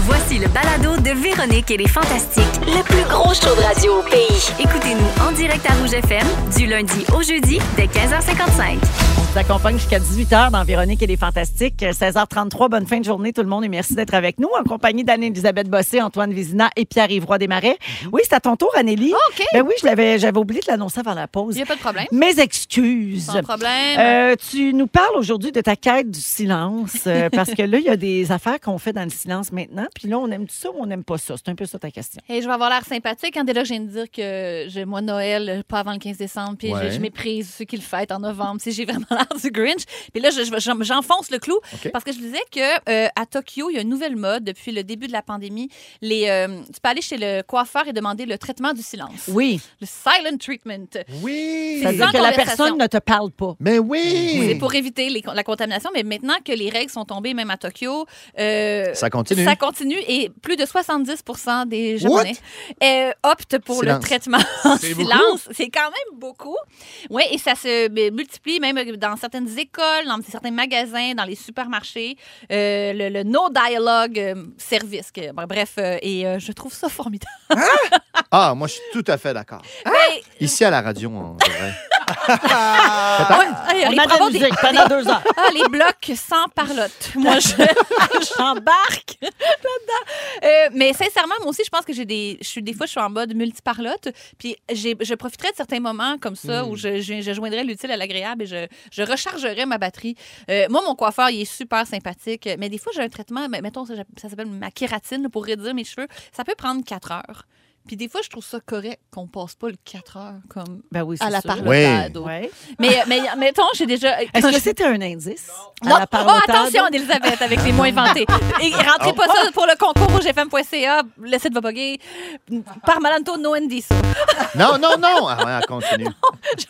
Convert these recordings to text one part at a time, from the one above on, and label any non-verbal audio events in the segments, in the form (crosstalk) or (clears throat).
Voici le balado de Véronique et les Fantastiques. Le plus gros show de radio au pays. Écoutez-nous en direct à Rouge FM du lundi au jeudi dès 15h55. vous accompagne jusqu'à 18h dans Véronique et les Fantastiques. Euh, 16h33, bonne fin de journée tout le monde et merci d'être avec nous en compagnie d'Anne-Elisabeth Bossé, Antoine Vizina et Pierre-Yvroy Desmarais. Oui, c'est à ton tour, Anélie. Mhm. Oh, OK. Ben oui, je l'avais, j'avais oublié de l'annoncer avant la pause. Il n'y a pas de problème. Mes excuses. Sans problème. Euh, tu nous parles aujourd'hui de ta quête du silence, (laughs) euh, parce que là, il y a des affaires qu'on fait dans le silence maintenant, puis là, on aime ça ou on n'aime pas ça? C'est un peu ça ta question. Et je vais avoir l'air sympathique. Hein, déjà, je viens de dire que je, moi, Noël, pas avant le 15 décembre, puis je- Ouais. je, méprise ceux qui le fêtent en novembre. Si j'ai vraiment (laughs) l'air du Grinch. Puis là, je- je- j'en- j'enfonce le clou OK. parce que je disais que euh, à Tokyo, il y a une nouvelle mode depuis le début de la pandémie. Les, euh, tu peux aller chez le coiffeur et demander le traitement du silence, Oui, le silent treatment. Oui! Ça c'est-à-dire Sans que la conversation. personne ne te parle pas. Mais C'est oui! pour éviter les- la contamination, mais maintenant que les règles sont tombées, même à Tokyo, euh, Ça continue. Ça continue et plus de 70 des Japonais euh, optent pour Silence. le traitement en silence. C'est quand même beaucoup. Oui, et ça se euh, multiplie même dans certaines écoles, dans certains magasins, dans les supermarchés. Euh, le, le no dialogue euh, service. que- bon, bref, euh, et euh, je trouve ça formidable. Ah, moi, je suis tout à fait d'accord. Ben, Ici, à la radio, hein, on dirait. Ah, ouais, On les a de la travaux des- musique (laughs) pendant deux heures. Ah, les blocs sans parlotte. Moi, je, (laughs) j'embarque là-dedans. Euh, mais sincèrement, moi aussi, je pense que j'ai des. Je suis des fois, je suis en mode multiparlotte. Puis j'ai, je profiterai de certains moments comme ça où je, je, je joindrai l'utile à l'agréable et je, je rechargerai ma batterie. Euh, moi, mon coiffeur, il est super sympathique. Mais des fois, j'ai un traitement, mais mettons, ça, ça s'appelle ma kératine là, pour réduire mes cheveux. Ça peut prendre quatre heures. Puis des fois, je trouve ça correct qu'on passe pas le quatre heures comme Ben oui, à la sûr. parlotte. Ouais. à ado. Ouais. Mais, mais mettons, j'ai déjà. euh, Est-ce que c'était un indice? à Non. la Oh, parlotade? attention, Elisabeth, avec les mots inventés. Et rentrez pas ça pour le concours rougefm.ca. Laissez de vous boguer. Par Malanto, no indice. (laughs) Non, non, non! Ah, ouais, on (laughs) continue.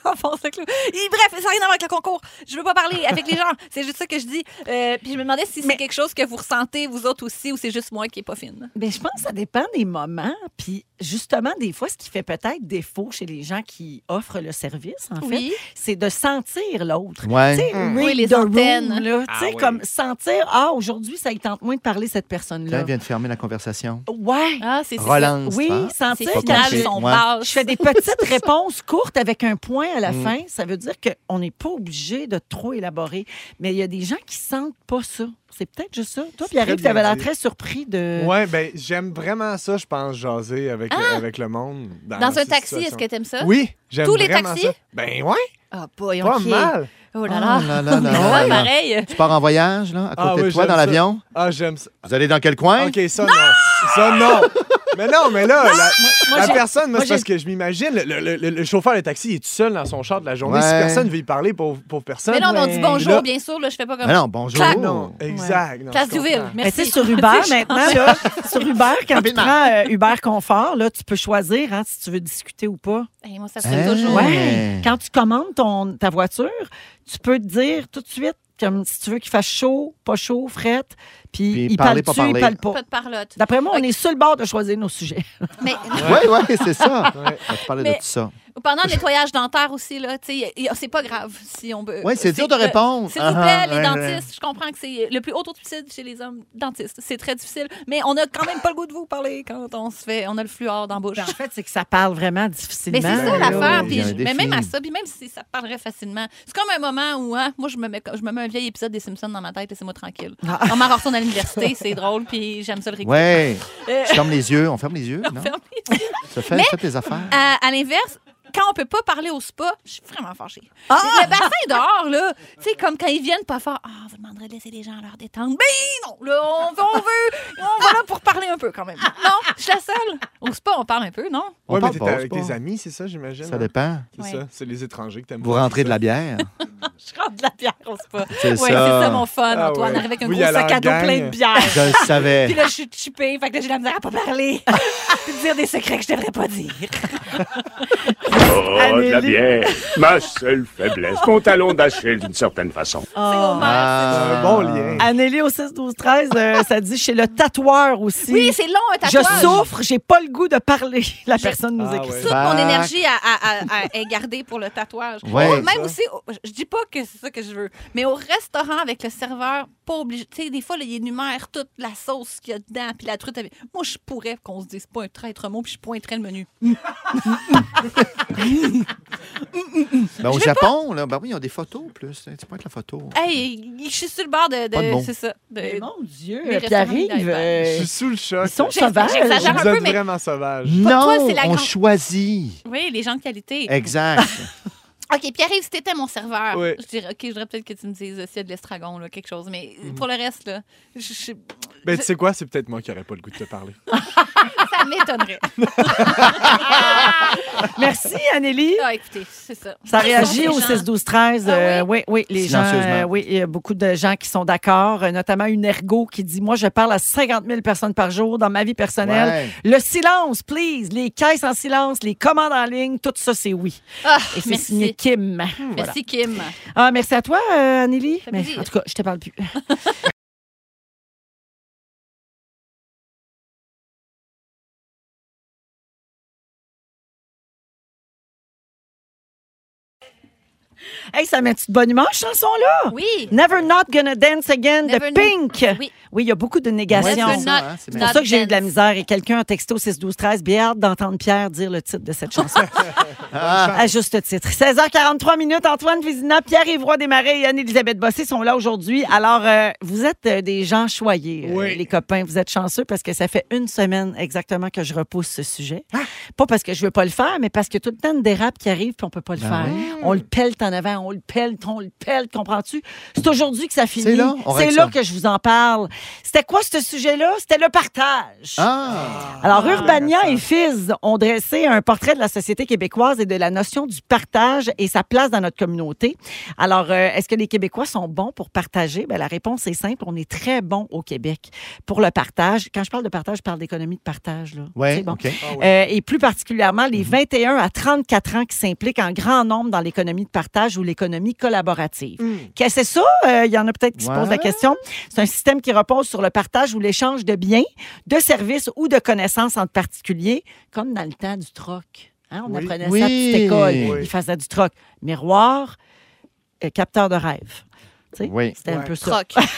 J'enfonce le clou. Et bref, ça n'a rien à voir avec le concours. Je veux pas parler avec les gens. C'est juste ça que je dis. Euh, puis je me demandais si c'est quelque chose que vous ressentez, vous autres aussi, ou c'est juste moi qui est pas fine. Ben, je pense que ça dépend des moments. Puis justement, des fois, ce qui fait peut-être défaut chez les gens qui offrent le service, en fait, Oui. Mm. c'est de sentir l'autre. Ouais. Tu sais, read Oui, les the room, antennes. là. Tu sais, oui. comme sentir, ah, aujourd'hui, ça lui tente moins de parler cette Là, personne-là. il vient de fermer la conversation. Oh. Ouais. Ah, c'est Relance. Oui, hein? Ses sentir Pas finales couché. que sont Ouais. je basses. fais des petites réponses courtes avec un point à la Mm. fin. Ça veut dire qu'on n'est pas obligé de trop élaborer. Mais il y a des gens qui sentent pas ça. C'est peut-être juste ça. Toi, Pierre-Yves, très tu avais bien l'air dit. très surpris Euh, de. Ouais, ben j'aime vraiment ça, je pense, jaser avec, avec le monde. Dans, Ah! Dans un cette taxi, situation. est-ce que t'aimes ça? Oui, j'aime Tous les vraiment taxis? ça. Ben ouais, Ah, boy, pas ok. mal. Oh là là. Oh là là là Ah, là ouais, là. pareil. Tu pars en voyage, là, à côté Ah de oui, toi, j'aime dans ça. l'avion? Ah, j'aime ça. Vous allez dans quel coin? OK, ça non. Ça (laughs) non. Mais non, mais là, la, la personne, moi, moi, c'est parce que je m'imagine, le, le- le- le chauffeur de taxi est tout seul dans son char de la journée. Ouais. Si personne veut y parler, pauvre, pauvre personne. Mais non, mais on dit Puis bonjour, là- bien sûr. Là, je fais pas comme. ben, Mais non, bonjour. Clac. Non, exact. non, Place je comprends. Douville. Mais Merci. tu sais, sur (laughs) Uber maintenant, là, sur Uber, quand tu Rapidement. prends euh, Uber Confort, là, tu peux choisir hein, si tu veux discuter ou pas. Hey, Ben, moi, ça me Hein? fait toujours. Ouais. Ouais. Quand tu commandes ton, ta voiture, tu peux te dire tout de suite, comme si tu veux qu'il fasse chaud, pas chaud, frette, puis Puis il parle parler, pas dessus, il parler. parle pas. Pas de parlotte. D'après moi, on est sur le bord de choisir nos (laughs) sujets. (laughs) Mais Oui, oui, c'est ça. Ouais. On va te parler Mais- de tout ça. pendant le nettoyage dentaire aussi, là, tu sais, y- y- c'est pas grave si on veut. Oui, c'est dur de euh, répondre. S'il vous plaît, Ah, les ouais, dentistes, je comprends que c'est le plus haut taux de suicide chez les hommes dentistes. C'est très difficile, mais on a quand même pas le goût de vous parler quand on se fait, on a le fluor dans la bouche. Ben, en fait, c'est que ça parle vraiment difficilement. Mais c'est ça Ben l'affaire, oui, puis il y a un je- mais défi. même à ça, puis même si ça parlerait facilement, c'est comme un moment où hein, moi je me mets, je me mets un vieil épisode des Simpsons dans ma tête, laissez-moi tranquille. Ah. On m'en retourne à l'université, c'est drôle, puis j'aime ça le réécouter. Ouais. Euh, Tu fermes les yeux. On ferme les yeux, non? ferme les (laughs) Ça fait, faites les affaires. Euh, À, à l'inverse, quand on peut pas parler au spa, je suis vraiment fâchée. Ah! Le bassin dehors, là, tu sais, comme quand ils viennent pas faire Ah, vous demanderez de laisser les gens à leur détendre. Mais non, là, on, veut- on veut, on va là pour parler un peu quand même. Non, je suis la seule. Au spa, on parle un peu, non? On Ouais, mais parle t'es pas, avec c'est tes pas- amis, c'est ça, j'imagine. Ça hein? dépend. C'est Ouais. ça, c'est les étrangers que t'aimes. Vous rentrez de la bière. Ben, Je rentre de la bière au spa. C'est Oui, c'est ça. ça mon fun, Ah Antoine, ouais. avec un Vous y gros allez sac en à dos gang. plein de bière. Je le savais. Puis là, je suis chupée, fait que là, j'ai de la misère à pas (laughs) parler. Puis de dire des secrets que je devrais pas dire. Oh, de la bière. Ma seule faiblesse. Mon talon d'Achille, d'une certaine façon. C'est au maire. Ah. Un bon lien. Anneli au 6 12 13 (laughs) euh, ça dit chez le tatoueur aussi. Oui, c'est long un je tatouage. souffre, j'ai pas le goût de parler. La personne nous Ah écrit Bah, ouais. toute mon Bac. énergie à, à- à- à- est gardée pour le tatouage. Ouais. Moi, même aussi, oh, je dis pas que c'est ça que je veux. Mais au restaurant avec le serveur, pas obligé. Tu sais, des fois, là, il énumère toute la sauce qu'il y a dedans, puis la truite. avec- Moi, je pourrais qu'on se dise pas un traître mot, puis je pointerais (laughs) le menu. Ben, au Japon, là, ben oui, ils ont des photos plus. Tu peux être la photo. Hey, je suis sur le bord de. de- Pas de mots. c'est ça. de- Mais mon Dieu, les puis arrive. restaurants, Eh ben, ils euh, Je suis sous le choc. ils sont J'exagère- sauvages. j'exagère Vous un peu, êtes mais- vraiment sauvage. non, toi, c'est la on grande- (laughs) choisit. Oui, les gens de qualité. Exact. OK, Pierre-Yves, si t'étais mon serveur, Oui. je dirais, OK, je voudrais peut-être que tu me dises euh, s'il y a de l'estragon, là, quelque chose. Mais Mm. euh, pour le reste, là, je- je- Ben, tu sais quoi, c'est peut-être moi qui n'aurais pas le goût de te parler. (laughs) ça m'étonnerait. Merci, Anneli. ah, écoutez, c'est ça. Ça Ils sont réagit au méchants. 6 12 13 Ah oui. oui, les gens Silencieusement. euh, oui, il y a beaucoup de gens qui sont d'accord, euh, notamment une ergo qui dit moi je parle à 50 000 personnes par jour dans ma vie personnelle. Ouais. Le silence, please, les caisses en silence, les commandes en ligne, tout ça c'est oui. Ah, Et c'est merci. signé Kim. Voilà. Merci, Kim. Ah, merci à toi euh, Anneli. fait Mais, plaisir. en tout cas, je te parle plus. Hey, ça met de bonne humeur, cette chanson-là? Oui. Never Not Gonna Dance Again Never de not- Pink. Oui. Oui, il y a beaucoup de Ouais, négations. Never c'est C'est ça, not- hein, c'est not- bien. pour ça que j'ai eu de la dance. misère et quelqu'un a texto 6 12 13 bien hâte d'entendre Pierre dire le titre de cette (laughs) chanson. Ah. à juste titre. 16h43 minutes, Antoine Vézina, Pierre Évroy Desmarais et Anne-Élisabeth Bossé sont là aujourd'hui. Alors, euh, vous êtes euh, des gens choyés, euh, Oui. les copains. Vous êtes chanceux parce que ça fait une semaine exactement que je repousse ce sujet. Ah. Pas parce que je veux pas le faire, mais parce que tout le temps de dérape qui arrive puis on peut pas le Ben faire. On le pèle en avant, on le pèle, on le pèle, comprends-tu? C'est aujourd'hui que ça finit. C'est là, on C'est règle là ça. que je vous en parle. C'était quoi ce sujet-là? C'était le partage. Ah, Alors, Urbania et Fizz ont dressé un portrait de la société québécoise et de la notion du partage et sa place dans notre communauté. Alors, euh, est-ce que les Québécois sont bons pour partager? Ben, la réponse est simple. On est très bons au Québec pour le partage. Quand je parle de partage, je parle d'économie de partage. Là. Ah ouais, C'est bon. OK. Mhm. Euh, et plus particulièrement les 21 à 34 ans qui s'impliquent en grand nombre dans l'économie de partage ou l'économie collaborative. Mm. Qu'est-ce que c'est ça? Euh, Il y en a peut-être qui se Ouais. posent la question. C'est un système qui repose sur le partage ou l'échange de biens, de services ou de connaissances entre particuliers, comme dans le temps du troc. Hein, on Oui. apprenait Oui. ça à petite école. Oui. Ils faisaient du troc. Miroir, euh, capteur de rêve. Tu sais, Oui. C'était un Ouais. peu ça. Troc. (laughs)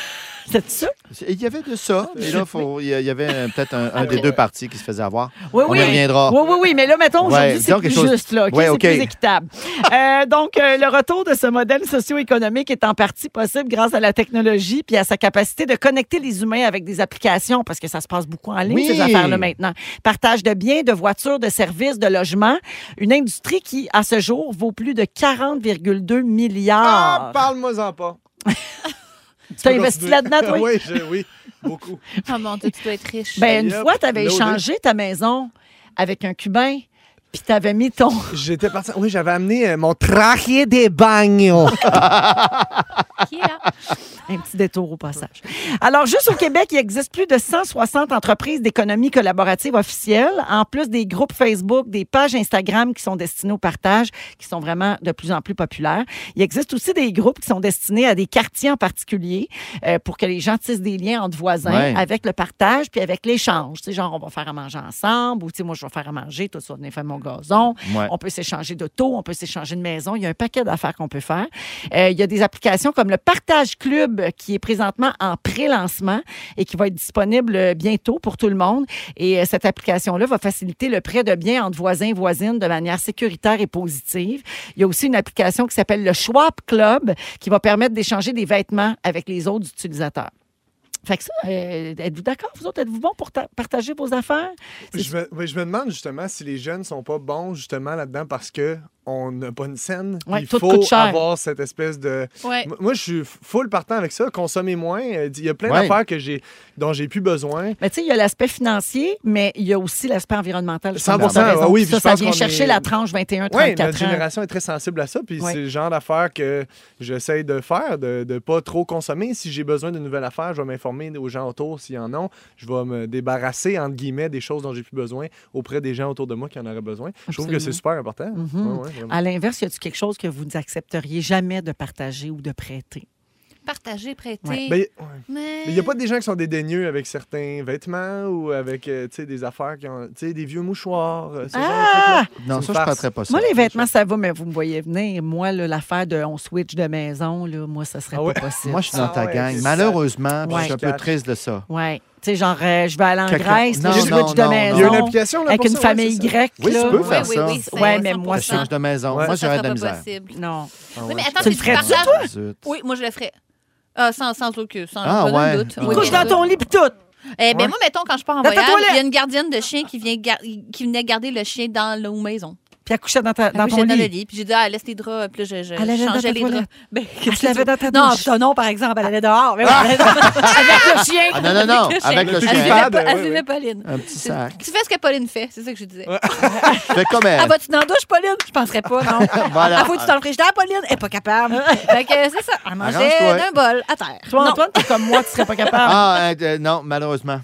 C'était ça? Il y avait de ça, mais là, faut- il y il y avait euh, peut-être un, un des deux partis qui se faisait avoir. Oui, on oui. y reviendra. Oui, oui, oui, mais là, mettons, aujourd'hui, Ouais, c'est disons plus quelque chose- juste, là, OK? Ouais, c'est OK. plus équitable. Euh, donc, euh, le retour de ce modèle socio-économique est en partie possible grâce à la technologie puis à sa capacité de connecter les humains avec des applications, parce que ça se passe beaucoup en ligne, Oui. ces affaires-là, maintenant. Partage de biens, de voitures, de services, de logements. Une industrie qui, à ce jour, vaut plus de 40,2 Ah, milliards. parle-moi-en pas. tu (laughs) t'as investi là-dedans, toi? (laughs) oui, Ah je- oui, beaucoup. Oh mon Dieu, tu dois être riche. Ben, une Yep. fois, tu avais Loadé. échangé ta maison avec un Cubain, puis tu avais mis ton... (laughs) J'étais parti. Oui, j'avais amené euh, mon trajet des bagnos. (laughs) Qui est là? Un petit détour au passage. Alors, juste au Québec, il existe plus de 160 entreprises d'économie collaborative officielles, en plus des groupes Facebook, des pages Instagram qui sont destinées au partage, qui sont vraiment de plus en plus populaires. Il existe aussi des groupes qui sont destinés à des quartiers en particulier euh, pour que les gens tissent des liens entre voisins Ouais. avec le partage puis avec l'échange. Tu sais, genre, on va faire à manger ensemble ou, tu sais, moi, je vais faire à manger, toi, tu vas venir faire mon gazon. Ouais. On peut s'échanger d'auto, on peut s'échanger de maison. Il y a un paquet d'affaires qu'on peut faire. Euh, il y a des applications comme le Partage Club euh, qui est présentement en pré-lancement et qui va être disponible euh, bientôt pour tout le monde. Et euh, cette application-là va faciliter le prêt de biens entre voisins et voisines de manière sécuritaire et positive. Il y a aussi une application qui s'appelle le Schwab Club qui va permettre d'échanger des vêtements avec les autres utilisateurs. Fait que ça, euh, êtes-vous d'accord, vous autres? Êtes-vous bon pour ta- partager vos affaires? (laughs) C'est- Je me, oui, je me demande justement si les jeunes sont pas bons justement là-dedans parce que on n'a pas une scène. Ouais, Il tout faut coûte cher. avoir cette espèce de. Ouais. M- Moi, je suis full partant avec ça. Consommer moins. Euh, Il y a plein Ouais. d'affaires que j'ai dont j'ai plus besoin. Mais tu sais, il y a l'aspect financier, mais il y a aussi l'aspect environnemental. Je pense que 100%, t'as raison. ah Puis ça, oui, puis je ça pense vient qu'on chercher est- la tranche 21-34 Oui, notre ans. génération est très sensible à ça. Puis Ouais. c'est le genre d'affaires que j'essaie de faire, de ne pas trop consommer. Si j'ai besoin de nouvelles affaires, je vais m'informer aux gens autour s'ils en ont. Je vais me débarrasser, entre guillemets, des choses dont j'ai plus besoin auprès des gens autour de moi qui en auraient besoin. Je trouve que Absolument. c'est super important. Mhm. Ouais, ouais, vraiment. À l'inverse, y a-t-il quelque chose que vous n'accepteriez jamais de partager ou de prêter? partager, prêter. Ben, Mais Mais il n'y a pas des gens qui sont dédaigneux avec certains vêtements ou avec euh, tu sais, des affaires qui ont. Tu sais, des vieux mouchoirs. euh, ce genre de Ah! trucs-là. Non, C'est ça, une je ne farce. prêterais pas ça. Moi, les vêtements, ça va, mais vous me voyez venir. Moi, là, l'affaire de on switch de maison, là, moi, ça serait Ah ouais. pas possible. Moi, je suis dans Ah ta ouais, gang. c'est ça. Malheureusement, puis je suis un Ouais. peu triste de ça. Ouais. Tu sais, genre, euh, je vais aller en Quelqu'un- Grèce, là, Non, je non, switch de non, Il y a une maison application là, avec pour une ça, ouais, famille c'est ça. grecque. Oui, tu là. peux Oui, faire oui, ça. oui, c'est Ouais, mais moi, Je 100%. change de maison. Ouais. Moi, Ça sera j'aurais de la pas misère. possible. Non. Ah ouais. Oui, mais Tu attends, le c'est du ferais-tu, partage. toi? Zut. (laughs) Oui, moi, je le ferais. Ah, sans, sans aucun sans Ah, aucun ouais. doute. Il Oui, Couche bien dans sûr. ton lit pis tout. Eh bien, Ouais. moi, mettons, quand je pars en Dans ta voyage, toilette. il y a une gardienne de chien qui, vient gar- qui venait garder le chien dans nos maisons. Puis elle couchait dans, ta, dans Puis ton j'étais le lit. lit. Puis j'ai dit, ah, laisse tes draps. Puis là, je, je Elle allait dans changeais ta les toilette. draps. Ben, Elle se lavait dans ta Non, douche. ton nom, par exemple, elle (laughs) allait dehors. Mais oui, elle allait dans- Avec le chien. Ah non, non, non. Avec le Le Elle petit chien. Euh. fan. suivait, pad, pas- elle oui, suivait oui. Pauline. Un petit C'est- sac. Tu fais ce que Pauline fait, c'est ça que je disais. (laughs) Fais comme Ah, elle. vas-tu dans la douche, Pauline? Je penserais pas, non. (laughs) Voilà. Ah, faut-tu dans le frigidaire, Pauline? Elle est pas capable. (laughs) fait que c'est ça. Elle mangeait Arrange-toi. d'un bol à terre. Toi, Non. Antoine, t'es comme moi, tu serais pas capable. Ah, euh, euh, non, malheureusement.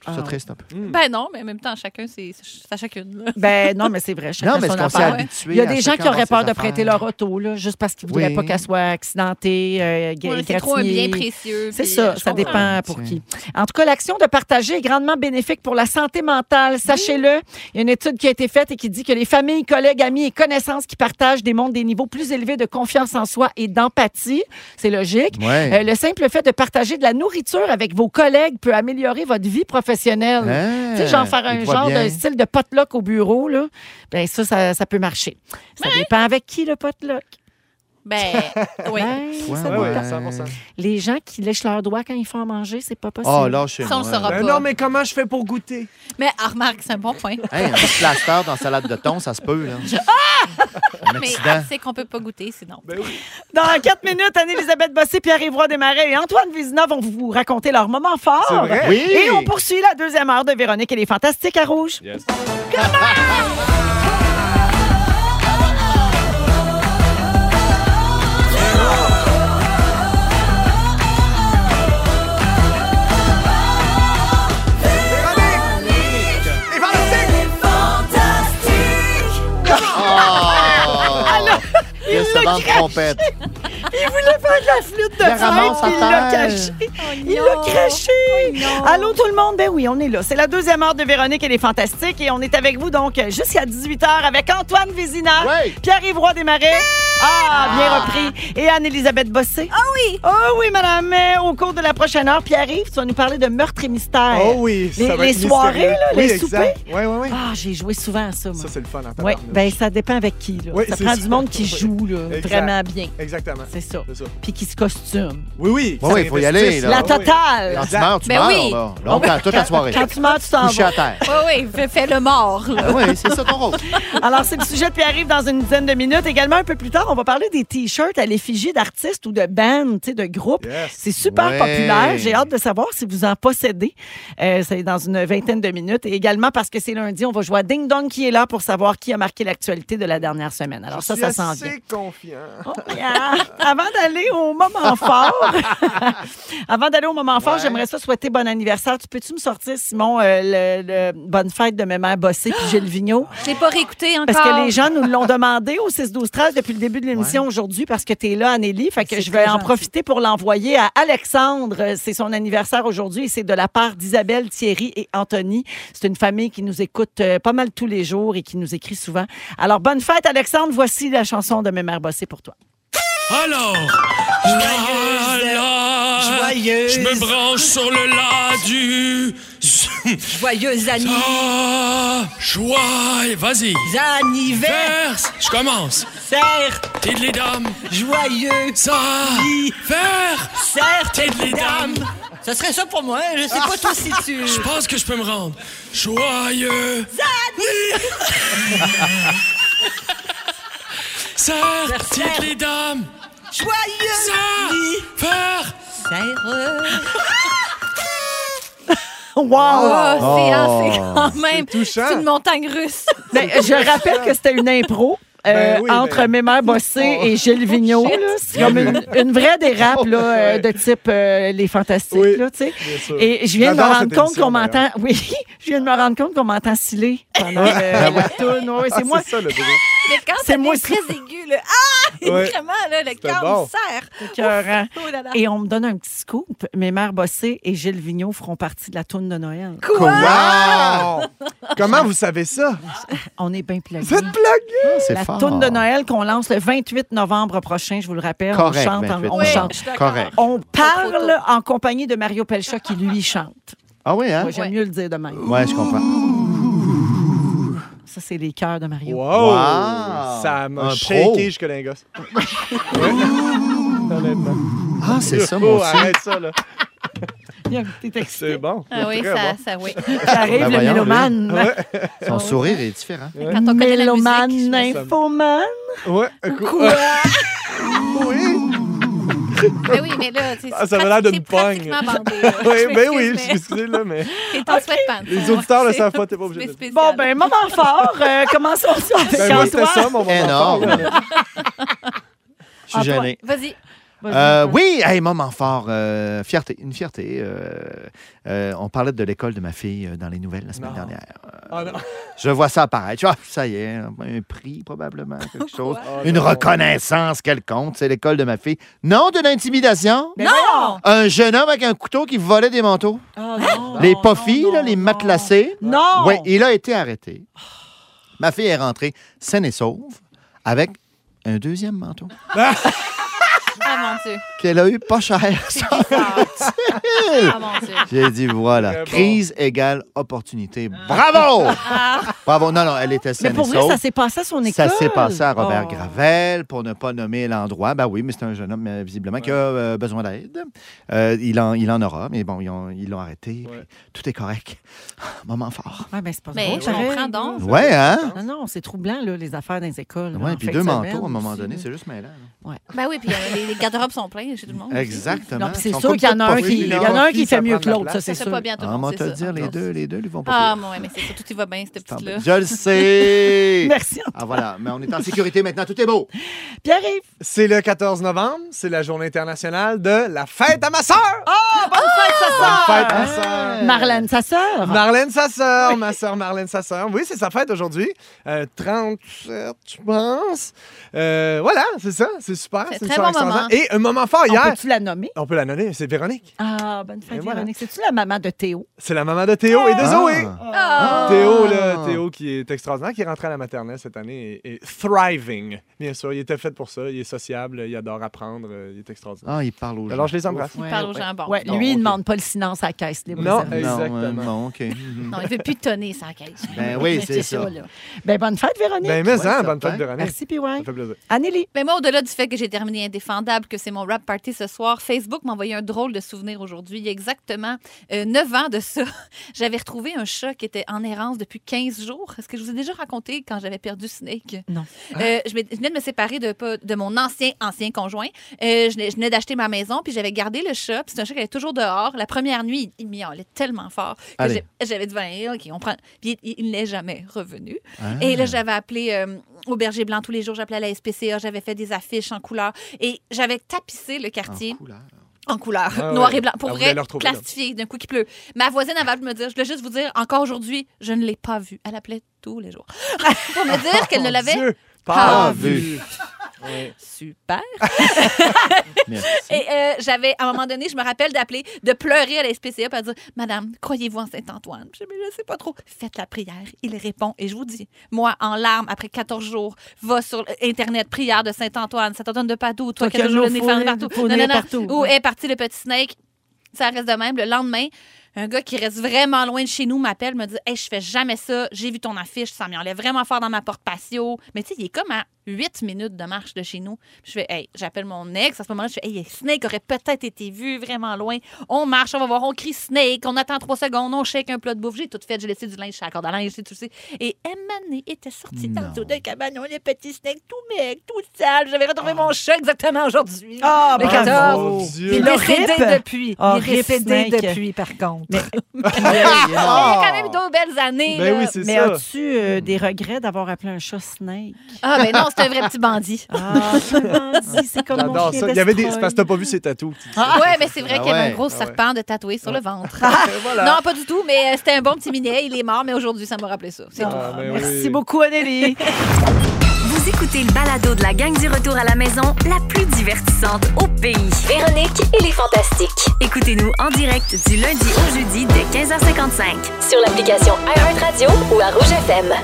Je trouve Ah. ça triste un peu. Ben non, mais en même temps, chacun, c'est c'est à chacune. (laughs) là. (laughs) Ben non, mais c'est vrai. chacun Non, mais son ce qu'on s'est affaire. habitué. Il y a à des gens chacun qui auraient avoir ses peur de prêter affaires. leur auto, là, juste parce qu'ils voudraient Oui. pas qu'elle soit accidentée, euh, gra- Ouais, c'est trop un gratignée. bien précieux. C'est puis, ça, euh, je ça comprends. dépend pour qui. En tout cas, l'action de partager est grandement bénéfique pour la santé mentale. Sachez-le, il y a une étude qui a été faite et qui dit que les familles, collègues, amis et connaissances qui partagent démontrent des niveaux plus élevés de confiance en soi et d'empathie. C'est logique. Ouais. Euh, le simple fait de partager de la nourriture avec vos collègues peut améliorer votre vie professionnelle. Hein? Tu sais, genre faire Il un voit genre bien. de style de potluck au bureau, là, ben ça, ça, ça peut marcher. Ça dépend avec qui le potluck. (laughs) Ben, oui. Ben, Ouais, ça Ouais, ouais, dépend. 100%. Les gens qui lèchent leurs doigts quand ils font à manger, c'est pas possible. Oh, là, chez Ça, on moi. le saura Ah, Ben pas. non, mais comment je fais pour goûter? Mais ah, remarque, c'est un bon point. Hey, un petit plaster dans salade de thon, ça se peut, là. Un (laughs) Mais accident. c'est qu'on peut pas goûter, sinon. Ben oui. Dans quatre minutes, Anne-Elisabeth Bossé, Pierre-Yvroy Desmarais et Antoine Vézina vont vous raconter leur moment fort. C'est vrai. Oui! Et on poursuit la deuxième heure de Véronique et les Fantastiques à Rouge. (laughs) Ah, Oh! Il se bande trompette. Il voulait faire de la flûte de Il la fête, ramasse puis à il l'a terre. caché. il l'a craché. Allô tout le monde? Ben oui, on est là. C'est la deuxième heure de Véronique et les Fantastiques et on est avec vous donc jusqu'à 18h avec Antoine Vézina, Oui. Pierre-Yves Roy Desmarais. Ah, bien repris. Et Anne-Elisabeth Bossé. Ah oui. Ah oui, madame. Mais Au cours de la prochaine heure, Pierre-Yves, tu vas nous parler de meurtre et mystère. Oh oui, Les- ça va les être soirées, mystérieux. là, Oui, les exact. Ouais, ouais, ouais. Ah, j'ai joué souvent à ça, moi. Ça, c'est le fun en oui, tabarnouche. ben ça dépend avec qui. Là. Oui, ça c'est prend ça. du monde qui joue là, Exact. vraiment bien. Exactement. C'est ça. C'est ça. Puis qui se costume. Oui, oui. Oui, oui, faut y aller, là. la oui. totale. Quand tu Exact. meurs, tu Ben meurs, oui. là. Longtemps, toute la soirée. Quand tu meurs, tu t'en Couché vas. à terre. Oui, oui, fais, fais le mort, là. Ben oui, c'est ça ton rôle. (laughs) Alors, c'est le sujet qui arrive dans une dizaine de minutes. Également, un peu plus tard, on va parler des T-shirts à l'effigie d'artistes ou de bands, tu sais, de groupes. Yes. C'est super Ouais. populaire. J'ai hâte de savoir si vous en possédez. Euh, c'est dans une vingtaine de minutes. Et également, parce que c'est lundi, on va jouer à Ding Dong qui est là pour savoir qui a marqué l'actualité de la dernière semaine. Alors, ça, ça s'en Je suis vient. assez confiant. Oh, yeah. Avant d'aller au (laughs) moment fort, (laughs) avant d'aller au moment fort, Ouais. j'aimerais ça souhaiter bon anniversaire. Tu peux-tu me sortir, Simon, euh, le, le bonne fête de mes mères Bossé puis Gilles Vigneault? Je l'ai pas réécouté Ah. encore. Parce que les gens nous l'ont demandé au 6 12 13 depuis le début de l'émission aujourd'hui parce que tu es là Anneli, fait que C'est je vais très en gentil. profiter pour l'envoyer à Alexandre, Euh, c'est son anniversaire aujourd'hui et c'est de la part d'Isabelle, Thierry et Anthony. C'est une famille qui nous écoute euh, pas mal tous les jours et qui nous écrit souvent. Alors bonne fête Alexandre, voici la chanson de Mes mères bossées pour toi. Alors, Joyeuse, je me branche sur le la du joyeuse anniversaire. ah, joie. Et Vas-y, verse. Je commence. Tide les dames, Joyeux ça, verse. certes, Tide les dames. Ce serait ça pour moi, hein, je sais pas toi si tu. (laughs) Je pense que je peux me rendre. Joyeux. (laughs) Sœur, tide les dames, Joyeux ça, verse. anniversaire. (laughs) Wow! Ah, c'est Oh. c'est quand même. touchant. C'est une montagne russe. (laughs) Ben, je rappelle que c'était une impro. euh, Ben oui, Oh, entre ben- mes mères bossées et Gilles Vigneault. shit. là. C'est comme une, une vraie dérape là, euh, de type euh, Les Fantastiques. Oh, Oui, là, tu sais. bien sûr. Et je viens de me J'adore rendre cette compte émission, qu'on m'entend. d'ailleurs. Ah Oui, je viens de me rendre compte qu'on m'entend sciller pendant euh, la toune. Oui, c'est Ah, moi. C'est ça le bruit. Mais quand C'est c'est moi, très aigu, là, ah! (laughs) Ouais. Vraiment, là, le C'était bon. cancer! Écœurant. Oh là là. hein. Et on me donne un petit scoop. Mes mères Bossé et Gilles Vigneault feront partie de la tourne de Noël. Wow! Comment vous savez ça? On est bien plugués. Vous êtes plugué! Ah, C'est La fort. tourne de Noël qu'on lance le 28 novembre prochain, je vous le rappelle. Correct, on chante, en- 28 on Oui, chante. je suis d'accord. Correct. On parle en compagnie de Mario Pelcha qui lui chante. Ah oui, hein? Moi, j'aime Ouais. mieux le dire de même. Ouais, je comprends. Ça, c'est les cœurs de Mario. Ah! Wow! Wow! Oh, Ça Un m'a pro. shaké jusque dans les gosses. Ouais. Honnêtement. Ah, c'est ça, Oh, mon aussi. arrête ça, là. Il y a un petit texte. C'est bon. Ah oui, Très ça, bon. (laughs) (laughs) ça, oui. J'arrive, Ben le voyons, mélomane. (laughs) Son sourire est différent. Quand on connaît la Mélomane, musique, je- infomane. Ouais. Quoi? Oui. Ben oui, mais là, c'est Ah, ça m'a l'air d'une pratique- pogne. c'est pratiquement (laughs) bandé, là. Ouais, ben Je m'excuse, oui, mais excusez, là, mais T'es en (laughs) sweatpants. les auditeurs le C'est- savent pas, t'es pas obligé de c'est le dire. Bon, spécial. ben, moment fort. Euh, commençons ça avec Ben, moi, c'était Antoine. ça, mon moment fort, Énorme. là. Je suis Antoine. gêné. Vas-y. Ah, Vas-y, Euh, Antoine. oui, hey, moment fort. euh, fierté, une fierté. euh, euh, on parlait de l'école de ma fille euh, dans les nouvelles la semaine Non. dernière. Ah, non. Je vois ça apparaître. Ah, ça y est, un prix probablement, (laughs) quelque chose. Ah, Une non. reconnaissance quelconque. C'est l'école de ma fille. Non de l'intimidation. Ben, voyons. Un jeune homme avec un couteau qui volait des manteaux. Ah, Hein? non, les non, poffies, non, là, les non. matelassés. Non! Oui, il a été arrêté. Ma fille est rentrée saine et sauve avec un deuxième manteau (laughs) Ah, mon Dieu. qu'elle a eu pas cher. C'est bizarre. Ah, mon Dieu. (laughs) J'ai dit, voilà, Très bon. crise égale opportunité. (laughs) (laughs) Bravo! Bravo. Non, non, elle était Ah! Mais saine pour et vrai, sauve. ça s'est passé à son école. Ça s'est passé à Robert Oh. Gravel, pour ne pas nommer l'endroit. Ben oui, mais c'est un jeune homme, euh, visiblement, qui a euh, besoin d'aide. Euh, il, en, il en aura, mais bon, ils ont- ils l'ont arrêté. puis Ouais. Tout est correct. (sighs) Moment fort. Ouais, mais c'est pas Mais drôle, je pareil. comprends donc. Ouais, hein? Non, non, c'est troublant, là, les affaires dans les écoles. là, Ouais, en puis fin deux de manteaux semaine à un moment aussi, donné, là. c'est juste mêlant. là. Ben oui, puis euh, les, les garde-robes sont pleins chez tout le monde. Exactement. Ah Non, puis c'est Ils sont sûr comme qu'il y en a toutes un qui, poffées, il y là. en a un qui Ça fait mieux prend que de la l'autre, ça, place. c'est Ça fait sûr. pas bien à tout le Ah, monde. on va c'est te dire, ça. les deux, les deux, ils vont pas Ah, pire. mon ouais, mais c'est surtout, tu vas bien, cette petite-là. Je le sais. (laughs) Merci. Ah voilà, mais on est (laughs) en sécurité maintenant, tout est beau. Pierre-Yves. C'est le 14 novembre, c'est la journée internationale de la fête à ma sœur. Sa Bonne fête, sœur. ma Euh, sœur. Marlène, sa sœur. Marlène, sa sœur, ma sœur Marlène, sa sœur. Oui, c'est sa fête aujourd'hui. Euh, 37, je pense. Euh, voilà, c'est ça, c'est super. C'est une très soirée bon moment. extraordinaire. Et un moment fort On hier. peut-tu la nommer? On peut la nommer, c'est Véronique. Ah, bonne fête, Et voilà. Véronique. C'est-tu la maman de Théo? C'est la maman de Théo et de Ah. Zoé. Ah, Théo, là, Théo qui est extraordinaire, qui est rentré à la maternelle cette année et, et thriving. Bien sûr, il était fait pour ça, il est sociable, il adore apprendre, euh, il est extraordinaire. Ah, il parle aux gens. Alors, je les embrasse. il parle aux gens. Bon. Ouais, lui, Non, il ok. demande pas le silence à la caisse libre. Non, réservée. Non, Exactement. euh, non, OK. Mhm. non, il (laughs) veut plus tonner sans caisse. Ben oui, c'est ça. là. Ben, bonne fête, Véronique. Ben, mais Ouais, hein, certain. bonne fête, Véronique. Merci, PY. Ça fait plaisir. Anneli. Mais Ben, moi, au-delà du fait que j'ai terminé indéfendable, que c'est mon rap party ce soir, Facebook m'a envoyé un drôle de souvenir aujourd'hui. Il y a exactement euh, neuf ans de ça, (laughs) j'avais retrouvé un chat qui était en errance depuis 15 jours. Est-ce que je vous ai déjà raconté quand j'avais perdu Snake? Non. Euh, je, m'é- je venais de me séparer de, pas- de mon ancien, ancien conjoint. Euh, je, venais- je venais d'acheter ma maison, puis j'avais gardé le chat. Puis c'est un chat qui était toujours dehors. La première nuit, il, il miaulait tellement fort que Allez. j'ai- j'avais dit, ben, OK, on prend. Puis il, il n'est jamais revenu. Ah. Et là, j'avais appelé euh, au Berger Blanc tous les jours, j'appelais à la SPCA, j'avais fait des affiches en couleur et j'avais tapissé le En quartier couleur. en couleur, Ah ouais. noir et blanc, pour Ah, vous vrai, allez le retrouver, là. plastifié d'un coup qui pleut. Ma voisine avait appelé me dire, je voulais juste vous dire, encore aujourd'hui, je ne l'ai pas vue. Elle appelait tous les jours (laughs) pour me dire qu'elle Oh ne Mon l'avait Dieu, pas vu. Ouais. (laughs) super. Merci. Et euh, j'avais, à un moment donné, je me rappelle d'appeler, de pleurer à la SPCA pour dire Madame, croyez-vous en Saint-Antoine Je dis, Mais je sais pas trop. Faites la prière. Il répond. Et je vous dis, moi, en larmes, après 14 jours, va sur Internet, prière de Saint-Antoine, Saint-Antoine de Padoue, toi, qui as toujours le nez fermé partout. Faut aller partout. Où est parti le petit snake Ça reste de même. Le lendemain, un gars qui reste vraiment loin de chez nous m'appelle, me dit Hey, je fais jamais ça, j'ai vu ton affiche, ça m'enlève vraiment fort dans ma porte patio. Mais tu sais, il est comme à 8 minutes de marche de chez nous. Puis je fais Hey, j'appelle mon ex. À ce moment-là, je fais Hey, Snake aurait peut-être été vu vraiment loin. On marche, on va voir, on crie Snake, on attend trois secondes, on shake un plat de bouffe. J'ai tout fait, j'ai laissé du linge, j'ai la corde à linge, j'ai tout ça. Et Emmanuel était sorti dans Non. le de cabanon, le petit Snake, tout mec, tout sale. J'avais retrouvé mon chat exactement aujourd'hui. Ah, Le bravo. 14. Mon Il est Dieu. Le décédé rip. depuis. Ah, il est rip décédé Snake. (laughs) depuis, par contre. Il y a Ah. quand même deux belles années. Ben là. oui, c'est Mais ça. as-tu euh, des regrets d'avoir appelé un chat Snake? Ah, ben non, c'est un vrai petit bandit. Ah, c'est un bandit, c'est comme mon J'adore chien ça. Il y avait des... Destroy. C'est parce que t'as pas vu ses tatous. tu dis ça. Ouais, mais c'est vrai Ah qu'il y avait un ouais, gros ah ouais. serpent de tatoué sur Ah. le ventre. ben Voilà. Non, pas du tout, mais euh, c'était un bon petit minet. Il est mort, mais aujourd'hui, ça m'a rappelé ça. C'est tout. Ah, ben Merci oui. beaucoup, Anneli. Vous Vous écoutez le balado de la gang du retour à la maison, la plus divertissante au pays. Véronique et les Fantastiques. Écoutez-nous en direct du lundi au jeudi dès 15h55. Sur l'application iHeartRadio ou à Rouge FM. (laughs)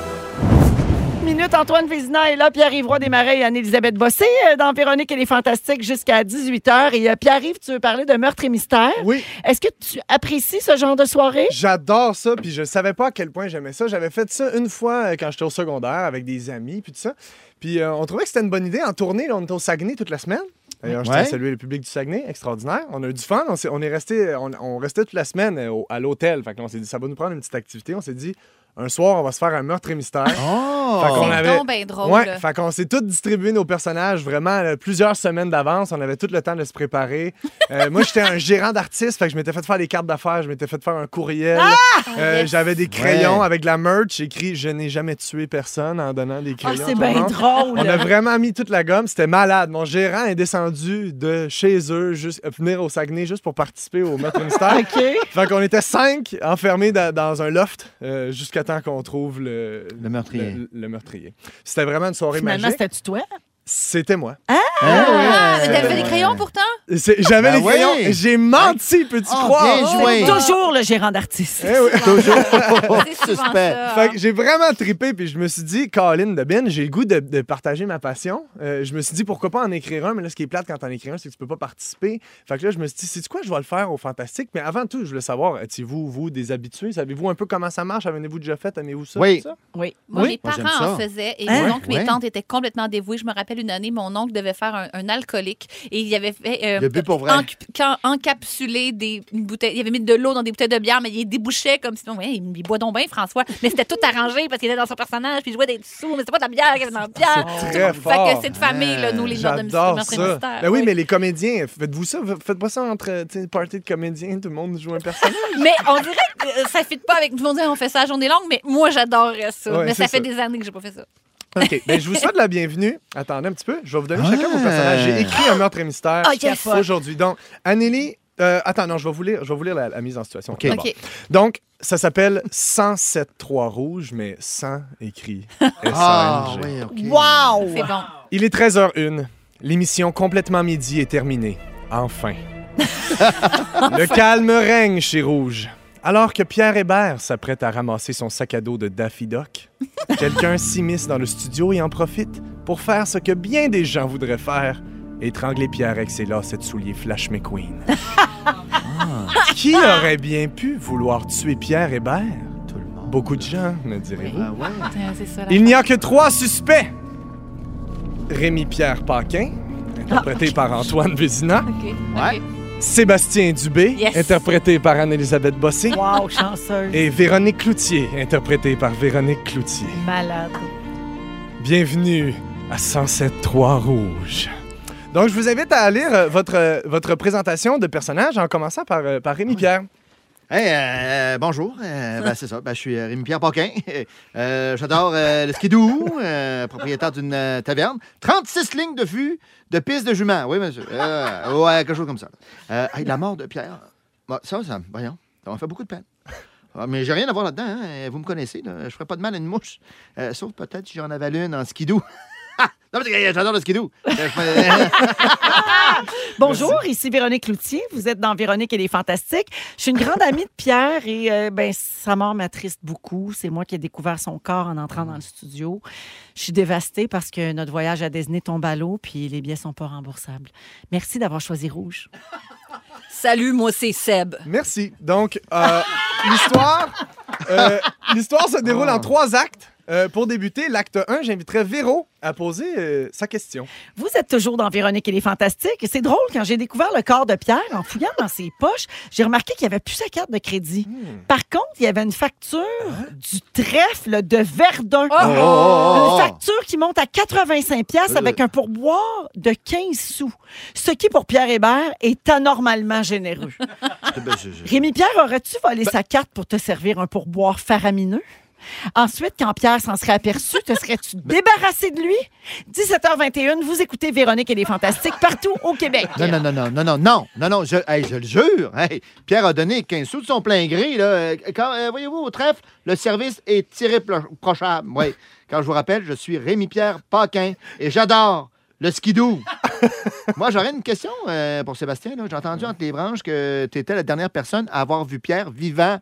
Minute, Antoine Vézina est là, Pierre-Yves Roy Desmarais et Anne-Élisabeth Bossé euh, dans Véronique et les Fantastiques jusqu'à 18h. Et euh, Pierre-Yves, tu veux parler de meurtre et mystère? Oui. Est-ce que tu apprécies ce genre de soirée? J'adore ça, puis je savais pas à quel point j'aimais ça. J'avais fait ça une fois euh, quand j'étais au secondaire avec des amis, puis tout ça. Puis euh, on trouvait que c'était une bonne idée en tournée. là, on était au Saguenay toute la semaine. D'ailleurs, je tiens à Ouais. saluer le public du Saguenay, extraordinaire. On a eu du fun. On, s'est- on est resté, on, on restait toute la semaine euh, au- à l'hôtel. Fait que là, on s'est dit, ça va nous prendre une petite activité. On s'est dit, un soir, on va se faire un meurtre et mystère. Oh! Fait qu'on C'est avait- donc ben drôle. Ouais, fait qu'on s'est tous distribué nos personnages vraiment là, plusieurs semaines d'avance. On avait tout le temps de se préparer. Euh, moi, j'étais un gérant d'artiste, fait que je m'étais fait faire des cartes d'affaires, je m'étais fait faire un courriel. Ah, Euh, J'avais des crayons Ouais. avec de la merch écrit Je n'ai jamais tué personne en donnant des crayons. à Ah, c'est tout le bien monde. drôle. On a vraiment mis toute la gomme, c'était malade. Mon gérant est descendu de chez eux, juste, euh, venir au Saguenay juste pour participer au Maître Mystère. (laughs) OK. Fait qu'on était cinq enfermés da- dans un loft euh, jusqu'à temps qu'on trouve le, Le meurtrier. le- le meurtrier. C'était vraiment une soirée Finalement, magique. c'était-tu toi? Euh, C'était moi. Ah, ouais. mais t'avais fait des crayons pourtant? Ah, C'est- J'avais Ben les crayons. oui. J'ai menti, peux-tu Oh, croire? bien joué! Toujours le gérant d'artiste. Eh oui. (laughs) (laughs) (laughs) C'est souvent Suspect. ça, Fait hein. que j'ai vraiment trippé, puis je me suis dit, Colin de Ben, j'ai le goût de, de partager ma passion. Euh, je me suis dit, pourquoi pas en écrire un, mais là, ce qui est plate quand t'en écris un, c'est que tu peux pas participer. Fait que là, je me suis dit, c'est quoi, je vais le faire au Fantastique, mais avant tout, je voulais savoir, étiez-vous, vous, des habitués? Savez-vous un peu comment ça marche? Avez-vous déjà fait? Aimez-vous ça? Oui. tout ça? Oui. Moi, Oui. mes Moi, j'aime parents en ça. faisaient et Hein? mon oncle, mes Ouais. tantes étaient complètement dévoués. Je me rappelle une année, mon oncle devait faire un, un alcoolique et il avait fait. euh, Il a bu pour vrai. encu- quand- encapsulé des une bouteille. Il avait mis de l'eau dans des bouteilles de bière, mais il débouchait comme sinon. Ouais, il boit donc bien, François. Mais c'était tout arrangé parce qu'il était dans son personnage, puis il jouait des sous, mais c'était pas de la bière, qu'il y avait dans la bière. très Fait fort. que cette famille, là, nous, les gens de J'adore Meurtre et ça. Mystère. Ben oui, mais les comédiens, faites-vous ça? Faites pas ça entre, tu sais, party de comédiens, tout le monde joue un personnage. Mais on dirait que euh, ça fit pas avec tout le monde. dit, On fait ça à journée longue, mais moi, j'adorerais ça. Ouais, mais ça c'est fait ça. des années que j'ai pas fait ça. OK. Ben, je vous souhaite la bienvenue. Attendez un petit peu. Je vais vous donner chacun vos Ah. personnages. J'ai écrit un meurtre et mystère Ah, yes. aujourd'hui. Donc, Anneli. euh, attends, non, je vais vous lire, je vais vous lire la, la mise en situation. OK. d'abord. OK. Donc, ça s'appelle 107 3 rouge, mais 100 (laughs) écrit. Ah, S-A-N-G. oui, OK. Wow! C'est bon. Il est 13h01. L'émission complètement midi est terminée. Enfin. Le calme règne chez Rouge. Alors que Pierre Hébert s'apprête à ramasser son sac à dos de Daffy (laughs) Dock, quelqu'un s'immisce dans le studio et en profite pour faire ce que bien des gens voudraient faire étrangler Pierre avec ses lacets de souliers Flash McQueen. Ah. Qui aurait bien pu vouloir tuer Pierre Hébert? Tout le monde. Beaucoup de gens, me direz-vous. Ah ouais. Euh, C'est ça. la- Il n'y a que trois suspects. Rémi-Pierre Paquin, interprété Ah. par Antoine Vézina. OK. Ouais. OK. Sébastien Dubé, Yes. interprété par Anne-Élisabeth Bossé. Wow, chanceuse. Et Véronique Cloutier, interprétée par Véronique Cloutier. Malade. Bienvenue à 107.3 Rouge. Donc, je vous invite à lire euh, votre, euh, votre présentation de personnage en commençant par, euh, par Rémi-Pierre. Hey, euh, bonjour. Euh, ben, c'est ça. Ben, je suis euh, Rémi-Pierre Paquin. (laughs) Euh, J'adore euh, le skidoo, euh, propriétaire d'une euh, taverne. 36 lignes de fût de piste de jument. Oui, monsieur. Euh, ouais, quelque chose comme ça. Euh, hey, la mort de Pierre. Bon, ça, ça, voyons, ça m'a fait beaucoup de peine. Ah, mais j'ai rien à voir là-dedans. hein. Vous me connaissez. là. Je ferais pas de mal à une mouche. Euh, sauf peut-être si j'en avais une en skidoo. (laughs) non, mais j'adore le skidoo. Euh, je- Bonjour, ici Véronique Loutier. Vous êtes dans Véronique et les Fantastiques. Je suis une grande amie de Pierre et euh, ben, sa mort m'attriste beaucoup. C'est moi qui ai découvert son corps en entrant dans le studio. Je suis dévastée parce que notre voyage à Disney tombe à l'eau puis les billets sont pas remboursables. Merci d'avoir choisi Rouge. Salut, moi, c'est Seb. Merci. Donc, euh, l'histoire, euh, l'histoire se déroule Oh. en trois actes. Euh, pour débuter, l'acte 1, j'inviterai Véro à poser euh, sa question. Vous êtes toujours dans Véronique et les Fantastiques. Et C'est drôle, quand j'ai découvert le corps de Pierre en fouillant dans ses poches, j'ai remarqué qu'il n'y avait plus sa carte de crédit. Hmm. Par contre, il y avait une facture du trèfle de Verdun. Hein? Oh, oh, Euh. oh, oh. Une facture qui monte à 85 pièces avec un pourboire de 15 sous, ce qui pour Pierre Hébert est anormalement généreux. (laughs) Ben, je- je- Ben- Rémi Pierre, aurais-tu volé sa carte pour te servir un pourboire faramineux Ensuite, quand Pierre s'en serait aperçu, te serais-tu Ben- débarrassé de lui? 17h21, vous écoutez Véronique et les Fantastiques partout au Québec. Non, non, non, non, non, non, non, non, non, je, hey, je le jure. Hey, Pierre a donné 15 sous de son plein gré. Là. Euh, Quand, euh, voyez-vous, au trèfle, le service est irréprochable. Oui. Quand je vous rappelle, je suis Rémi-Pierre Paquin et j'adore le skidoo. Moi, j'aurais une question euh, pour Sébastien. là. J'ai entendu entre les branches que tu étais la dernière personne à avoir vu Pierre vivant.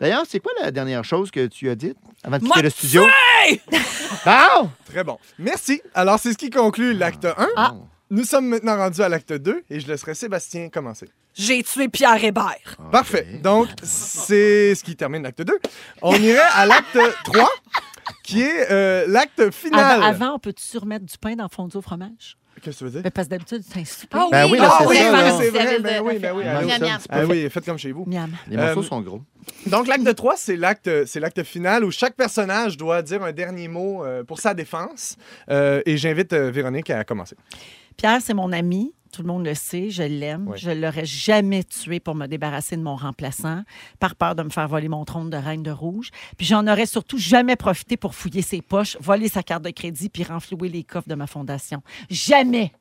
D'ailleurs, c'est quoi la dernière chose que tu as dite avant de quitter le studio? (laughs) Bon! Très bon. Merci. Alors, c'est ce qui conclut l'acte 1. Nous sommes maintenant rendus à l'acte 2 et je laisserai Sébastien commencer. J'ai tué Pierre Hébert. Parfait. Donc, c'est ce qui termine l'acte 2. On irait à l'acte 3, qui est euh, l'acte final. Avant, avant, on peut-tu surmettre du pain dans le fondue au fromage? Qu'est-ce que tu veux dire? Ben, parce que d'habitude, c'est un souper. Ah Ben oui, là, ah c'est ça, là. c'est vrai, ben oui, ben oui, allô, Miam, ça, miam. c'est pas Ah fait. oui, faites comme chez vous. Miam. Les morceaux Euh, sont gros. Donc, l'acte 3, c'est l'acte, c'est l'acte final où chaque personnage doit dire un dernier mot euh, pour sa défense. Euh, et j'invite euh, Véronique à commencer. (laughs) Pierre, c'est mon ami. Tout le monde le sait, je l'aime. Oui. Je l'aurais jamais tué pour me débarrasser de mon remplaçant, par peur de me faire voler mon trône de reine de rouge. Puis j'en aurais surtout jamais profité pour fouiller ses poches, voler sa carte de crédit, puis renflouer les coffres de ma fondation. Jamais!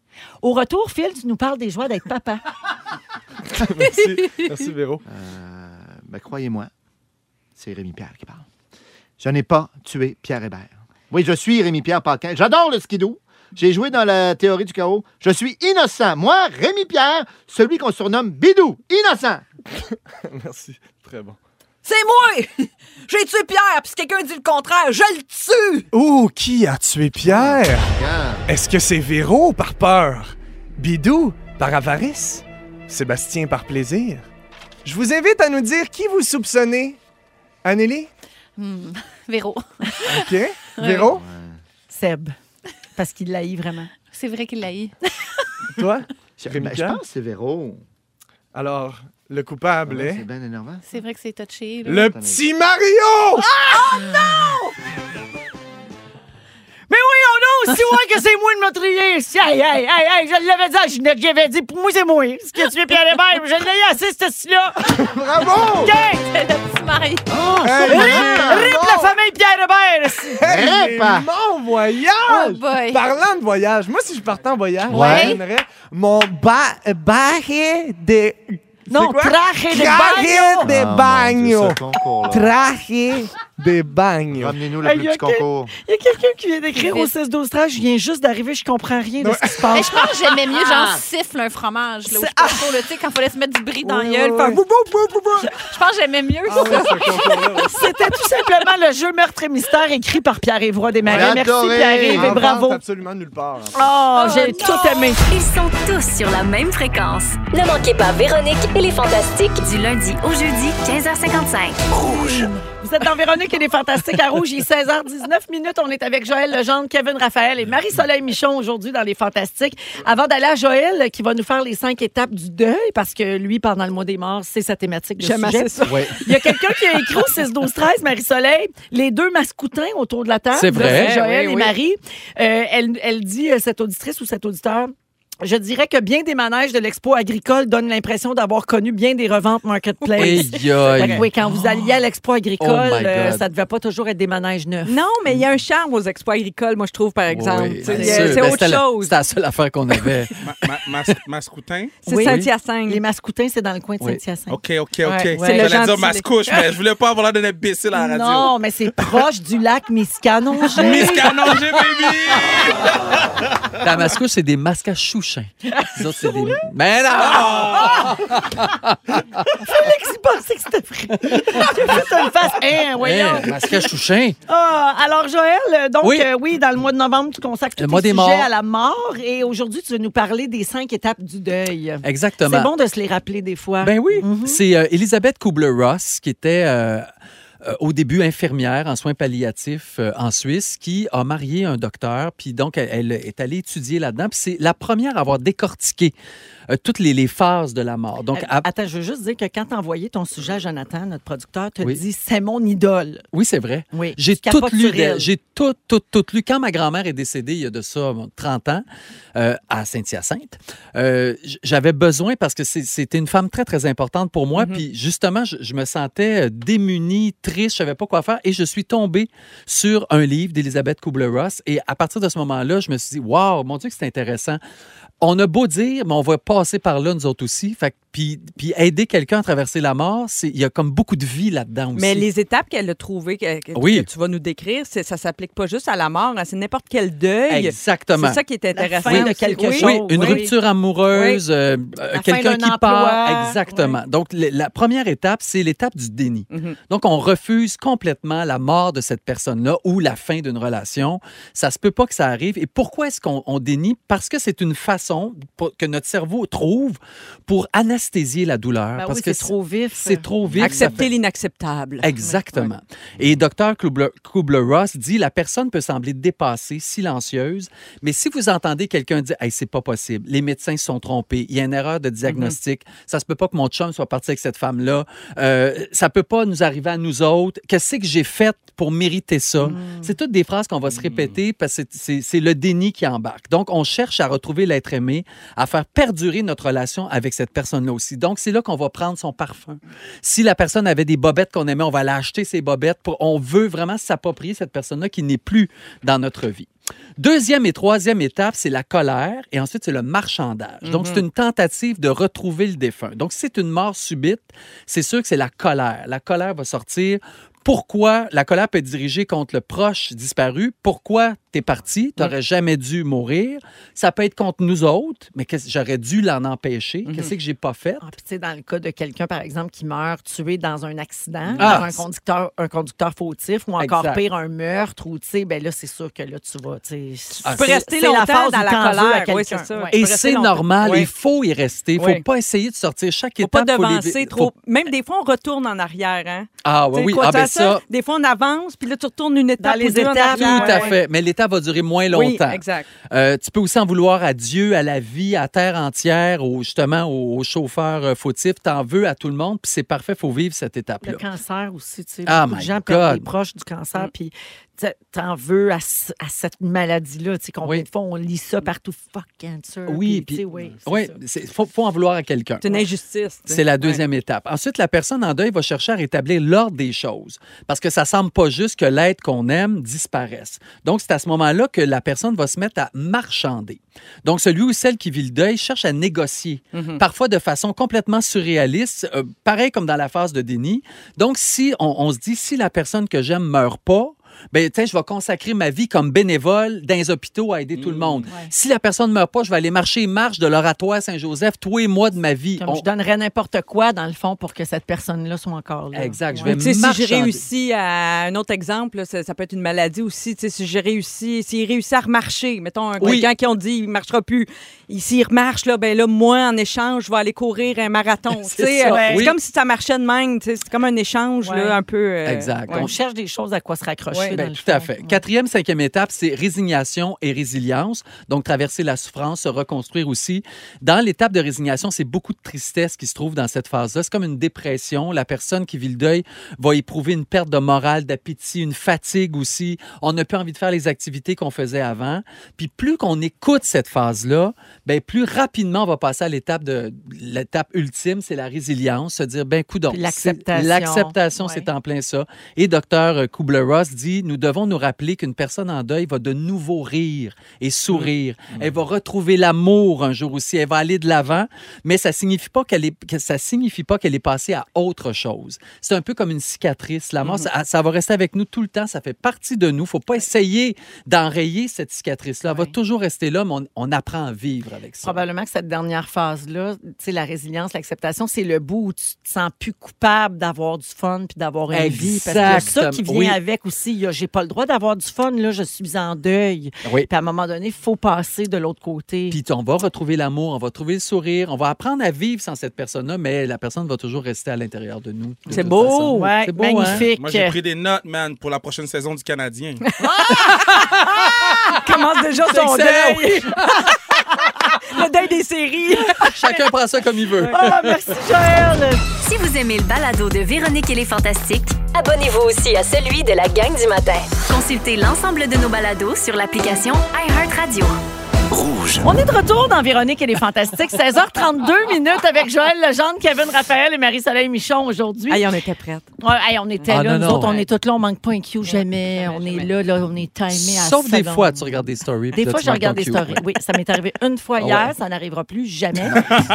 Au retour, Phil, tu nous parles des joies d'être papa. (laughs) Merci. (laughs) Merci, Véro. Euh, ben, croyez-moi, c'est Rémi Pierre qui parle. Je n'ai pas tué Pierre Hébert. Oui, je suis Rémi Pierre Paquin. J'adore le skidoo. J'ai joué dans la théorie du chaos. Je suis innocent. Moi, Rémi Pierre, celui qu'on surnomme Bidou. Innocent. Merci. Très bon. C'est moi! (laughs) J'ai tué Pierre, Ah, puis si quelqu'un dit le contraire, je le tue! Oh, qui a tué Pierre? Regarde. Est-ce que c'est Véro par peur? Bidou par avarice? Sébastien par plaisir? Je vous invite à nous dire qui vous soupçonnez. Anneli? Hmm, (laughs) Véro. (laughs) OK. Véro? Seb. Parce qu'il l'haït vraiment. C'est vrai qu'il l'a eu. Toi? Je, Rémi ben, je Pierre? pense que c'est Véro. Alors, le coupable Ouais, est... C'est bien énervant. C'est vrai que c'est touché. là. Ah! Le petit Mario! Mais oui, on a aussi loin que c'est moi le meurtrier. Si, Aïe, aïe, aïe, aïe, je l'avais dit à Ginette, j'avais dit, pour moi, c'est moi. Ce que tu es Pierre Hébert, je l'ai assez, ce là Bravo! Ah, Gang! Le petit mari. Hey, Rip la famille Pierre Hébert! hey, Rip! hein? mon voyage! Oh boy. Parlant de voyage, moi, si je partais en voyage, Ouais. j'amènerais mon ba barret de... Non, C'est quoi? traje de Traje baño. de Ah, bagno! bagno. Traje de bagno. Ramenez-nous le Hey, plus y a petit quel- concours. Il y a quelqu'un qui vient d'écrire au 16 12 13 je viens juste d'arriver, je comprends rien de ce qui se Mais passe. je pense que j'aimais mieux, genre, siffle un fromage. Là, où je pense qu'on le- tu sais, quand il fallait se mettre du bris dans la Oui, gueule. oui, faire oui. bou, bou, bou, bou, bou. Je pense que j'aimais mieux Ah, ça. Ah. C'était tout simplement le jeu Meurtre et Mystère écrit par Pierre-Évroy Desmarais. J'ai Merci adoré. Pierre-Yves et En bravo. absolument nulle part. hein. Oh, j'ai tout aimé. Ils sont tous sur la même fréquence. Ne manquez pas Véronique et les Fantastiques. Du lundi au jeudi, 15h55. Vous êtes dans Véronique et les Fantastiques à Rouge. Il est 16h19 minutes. On est avec Joël Legendre, Kevin Raphaël et Marie-Soleil Michon aujourd'hui dans les Fantastiques. Avant d'aller à Joël, qui va nous faire les cinq étapes du deuil, parce que lui, pendant le mois des morts, c'est sa thématique de J'aime sujet. assez ça. Oui. Il y a quelqu'un qui a écrit au 6 12 13 Marie-Soleil, les deux mascoutins autour de la table. C'est vrai, Là, c'est Joël oui, et oui. Marie. Euh, elle, elle dit, euh, cette auditrice ou cet auditeur, je dirais que bien des manèges de l'expo agricole donnent l'impression d'avoir connu bien des reventes marketplace. Aïe, Fait aïe. que oui, quand vous alliez à l'expo agricole, Oh my euh, God. ça devait pas toujours être des manèges neufs. Non, mais il y a un charme aux exploits agricoles, moi, je trouve, par exemple. Oui, Tu sais, euh, bien c'est sûr. c'est Ben, autre c'était la- chose. C'était la seule affaire (laughs) qu'on avait. Mascoutin? C'est Oui. Saint-Hyacinthe. Les mascoutins, c'est dans le coin de Oui. Saint-Hyacinthe. OK, OK, OK. Ouais, ouais. C'est le J'allais dire gentil. mascouche, mais je voulais pas avoir l'air d'un imbécile à la radio. Non, mais c'est proche du lac (laughs) Miscanongé. Miss Canon, Ah j'ai baby! Ah! Damasco, c'est des masques à chouchin. Les autres, c'est des... Mais non! Ah, Félix, il (laughs) pensait que c'était vrai. J'ai fait une face. Hein, voyons. Hein, masques à chouchin. Ah, alors, Joël, euh, donc, oui. Oui. oui, dans le mois de novembre, tu consacres tous Le mois tes des sujets morts. à la mort. Et aujourd'hui, tu veux nous parler des cinq étapes du deuil. Exactement. C'est bon de se les rappeler des fois. Ben oui, Mhm. c'est euh, Elisabeth Kubler-Ross qui était euh, euh, au début infirmière en soins palliatifs euh, en Suisse, qui a marié un docteur, puis donc elle, elle est allée étudier là-dedans, puis c'est la première à avoir décortiqué euh, toutes les, les phases de la mort. Donc, Euh, à- Attends, je veux juste dire que quand t'as envoyé ton sujet à Jonathan, notre producteur, te Oui. dit c'est mon idole. Oui, c'est vrai. Oui. J'ai Tu tout capotes lu. sur d'elle. elle. J'ai tout, tout, tout lu. Quand ma grand-mère est décédée, il y a de ça bon, 30 ans, euh, à Saint-Hyacinthe, euh, j- j'avais besoin, parce que c'est- c'était une femme très, très importante pour Mm-hmm. moi, puis justement, je, je me sentais euh, démunie, triste, je savais pas quoi faire, et je suis tombée sur un livre d'Elisabeth Kubler-Ross, et à partir de ce moment-là, je me suis dit, wow, mon Dieu, que c'est intéressant. On a beau dire, mais on va passer par là, nous autres aussi. Fait, que- puis, puis aider quelqu'un à traverser la mort, c'est- il y a comme beaucoup de vie là-dedans Ah, aussi. Mais les étapes qu'elle a trouvées, que, que- Oui. que tu vas nous décrire, c'est- ça s'applique pas juste à la mort, hein, c'est n'importe quel deuil. Exactement. C'est ça qui est intéressant. Oui, aussi. Oui. Oui, une Oui. rupture amoureuse, Oui. euh, euh, La quelqu'un fin qui d'un emploi. part. Exactement. Donc, le- la première étape, c'est l'étape du déni. Mhm. Donc, on refuse complètement la mort de cette personne-là ou la fin d'une relation. Ça se peut pas que ça arrive. Et pourquoi est-ce qu'on on dénie? Parce que c'est une façon pour- que notre cerveau trouve pour anesthésier la douleur. Ben hein, parce oui, que c'est trop vif. C'est trop vif. ça Accepter fait- l'inacceptable. Exactement. Et Dr. Kubler- Kubler-Ross dit la personne peut sembler dépassée, silencieuse, mais si vous entendez quelqu'un dire hey, c'est pas possible, les médecins se sont trompés, il y a une erreur de diagnostic, ça se peut pas que mon chum soit parti avec cette femme-là, euh, ça peut pas nous arriver à nous autres, qu'est-ce que j'ai fait pour mériter ça C'est toutes des phrases qu'on va se répéter parce que c'est- c'est c'est le déni qui embarque. Donc on cherche à retrouver l'être aimé, à faire perdurer notre relation avec cette personne-là aussi. Donc c'est là qu'on va prendre son parfum. Si la personne avait des bobettes qu'on aimait, on va aller acheter ces bobettes. Pour, on veut vraiment s'approprier cette personne-là qui n'est plus dans notre vie. Deuxième et troisième étape, c'est la colère et ensuite c'est le marchandage. Donc Mm-hmm. Mhm. c'est une tentative de retrouver le défunt. Donc si c'est une mort subite, c'est sûr que c'est la colère. La colère va sortir. Pourquoi la colère peut être dirigée contre le proche disparu? Pourquoi t'es parti? T'aurais Mm-hmm. jamais dû mourir. Ça peut être contre nous autres, mais qu'est-ce- j'aurais dû l'en empêcher. Mm-hmm. Qu'est-ce que j'ai pas fait? Puis, tu sais, dans le cas de quelqu'un, par exemple, qui meurt tué dans un accident, Ah! par un conducteur, un conducteur fautif, ou encore Exact. pire, un meurtre, ou, tu sais, ben là, c'est sûr que là, tu vas, tu sais. Ah, c'est- c'est- rester c'est la longtemps phase dans où la t'en veux à colère, oui, quelqu'un. c'est ça. Ouais. Et Faut rester c'est longtemps. normal, Oui. il faut y rester. Il ne faut Oui. pas essayer de sortir chaque Faut pas étape. faut les- devancer faut- trop. Même des fois, on retourne en arrière. Hein? Ah oui, T'sais, oui. quoi, Ah, t'as ben ça- Des fois, on avance, puis là, tu retournes une étape Dans les ou deux en étapes, Tout arrière. à Ouais. fait. Mais l'état va durer moins Oui, longtemps. exact. Euh, tu peux aussi en vouloir à Dieu, à la vie, à terre entière, au, justement au, au chauffeur euh, fautif. T'en veux à tout le monde, puis c'est parfait, faut vivre cette étape-là. Le cancer aussi, tu sais. Ah, beaucoup de my gens perdent God. des proches du cancer, Mm. puis tu sais, t'en veux à, ce- à cette maladie-là. Tu sais, combien de fois on lit Mm. ça partout? Fuck cancer. Oui, tu puis sais, oui. oui, c'est- faut, faut en vouloir à quelqu'un. C'est une injustice. C'est la deuxième étape. Ensuite, la personne en deuil va chercher à rétablir l'ordre des choses parce que ça semble pas juste que l'être qu'on aime disparaisse. Donc, c'est à ce moment-là que la personne va se mettre à marchander. Donc, celui ou celle qui vit le deuil cherche à négocier, Mm-hmm. parfois de façon complètement surréaliste, euh, pareil comme dans la phase de déni. Donc, si on, on se dit, si la personne que j'aime meurt pas, ben, tiens, je vais consacrer ma vie comme bénévole dans les hôpitaux à aider tout le Mmh, monde. Si la personne ne meurt pas, je vais aller marcher marche de l'oratoire Saint-Joseph tous les mois de ma vie. Comme On- je donnerais n'importe quoi, dans le fond, pour que cette personne-là soit encore là. Exact, je Ouais. vais Tu sais, si j'ai marchander. réussi à un autre exemple, là, ça, ça peut être une maladie aussi. Tu sais, si j'ai réussi, s'il réussit à remarcher, mettons un Oui. quelqu'un qui on dit il marchera plus, il- s'il remarche là, ben là moi en échange je vais aller courir un (laughs) marathon. Tu C'est sais, ça, euh, oui. C'est comme si ça marchait de même. tu sais, C'est comme un échange Ouais. là, un peu. euh, ouais. On cherche des choses à quoi se raccrocher. Ouais. dans Ben, le tout à fait. Quatrième, cinquième étape, c'est résignation et résilience. Donc, traverser la souffrance, se reconstruire aussi. Dans l'étape de résignation, c'est beaucoup de tristesse qui se trouve dans cette phase-là. C'est comme une dépression. La personne qui vit le deuil va éprouver une perte de morale, d'appétit, une fatigue aussi. On n'a plus envie de faire les activités qu'on faisait avant. Puis, plus qu'on écoute cette phase-là, ben, plus rapidement on va passer à l'étape de l'étape ultime, c'est la résilience, se dire, ben, coudon. Puis l'acceptation. L'acceptation, c'est en plein ça. Et docteur Kubler-Ross dit Nous devons nous rappeler qu'une personne en deuil va de nouveau rire et sourire. Elle va retrouver l'amour un jour aussi. Elle va aller de l'avant, mais ça signifie pas qu'elle est que ça signifie pas qu'elle est passée à autre chose. C'est un peu comme une cicatrice. La mort, ça, ça va rester avec nous tout le temps. Ça fait partie de nous. Faut pas essayer d'enrayer cette cicatrice-là. Elle va toujours rester là, mais on, on apprend à vivre avec ça. Probablement que cette dernière phase-là, tu sais, la résilience, l'acceptation, c'est le bout où tu te sens plus coupable d'avoir du fun puis d'avoir une vie. Parce que ça qui vient Exactement. Oui. avec aussi, il y a, j'ai pas le droit d'avoir du fun, là, je suis en deuil. Oui. Puis à un moment donné, il faut passer de l'autre côté. Puis on va retrouver l'amour, on va trouver le sourire, on va apprendre à vivre sans cette personne-là, mais la personne va toujours rester à l'intérieur de nous. de C'est toute beau, façon. ouais, C'est beau, hein? Moi, j'ai pris des notes, man, pour la prochaine saison du Canadien. Commence déjà C'est (laughs) son (laughs) excellent, deuil. le deuil des séries. (laughs) Chacun prend ça comme il veut. Ah, Ah, Si vous aimez le balado de Véronique et les Fantastiques, Abonnez-vous aussi à celui de la gang du matin. consultez l'ensemble de nos balados sur l'application iHeartRadio. On est de retour dans Véronique et les (laughs) Fantastiques, (laughs) 16h32 minutes avec Joël Legendre, Kevin Raphaël et Marie-Soleil Michon aujourd'hui. Hey, on était prêtes. Ouais, hey, on était Ah, là, non, nous non, autres, on ouais. est toutes là, on manque pas un cue jamais. On est là, là, on est timé à Sauf des seconde. fois, tu regardes des stories. puis Des là, fois, tu je manques regarde ton des cue. stories. Oui, ça m'est arrivé une fois Ah hier, ouais. ça n'arrivera plus (laughs) jamais.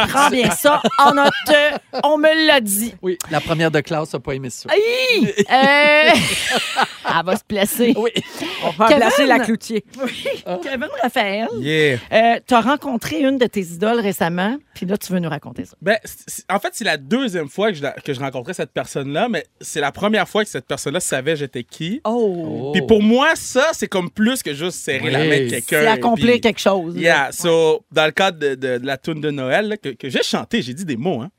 Prends bien ça en note. euh, On me l'a dit. Oui, la première de classe n'a pas aimé ça. Aïe! Euh, (laughs) Elle va se placer. Oui. On va Kevin- placer la cloutier. Oui. Ah. Kevin Raphaël, Yeah. euh, tu as rencontré une de tes idoles récemment, puis là, tu veux nous raconter ça. Ben, c- c- en fait, c'est la deuxième fois que je, la- que je rencontrais cette personne-là, mais c'est la première fois que cette personne-là savait j'étais qui. Oh! Puis pour moi, ça, c'est comme plus que juste serrer la main de quelqu'un. C'est accomplir puis- quelque chose. là. Yeah, so, dans le cadre de, de- de la tune de Noël là, que, que j'ai chanté, j'ai dit des mots. Hein.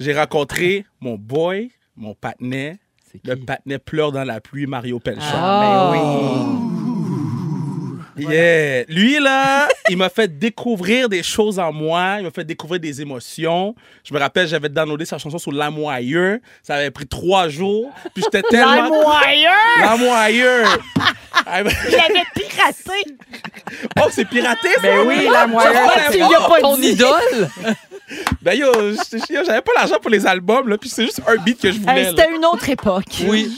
J'ai rencontré mon boy, mon patinet. Le patinet pleure dans la pluie, Mario Pelchat. Ah. Yeah. Lui, là, il m'a fait découvrir des choses en moi. Il m'a fait découvrir des émotions. Je me rappelle, j'avais downloadé sa chanson sur L'Amour ailleurs. Ça avait pris trois jours. Puis (laughs) j'étais tellement... L'amour ailleurs! L'amour ailleurs! Ah, ben- (laughs) Il avait piraté. oh, c'est piraté, ça! Ben oui, l'amour ailleurs. Pourquoi Tu lui as pas Ton dit. idole? (laughs) Ben yo, j- yo, j'avais pas l'argent pour les albums, là, puis c'est juste un beat que je Hey, voulais. là. C'était une autre époque. (laughs) Oui.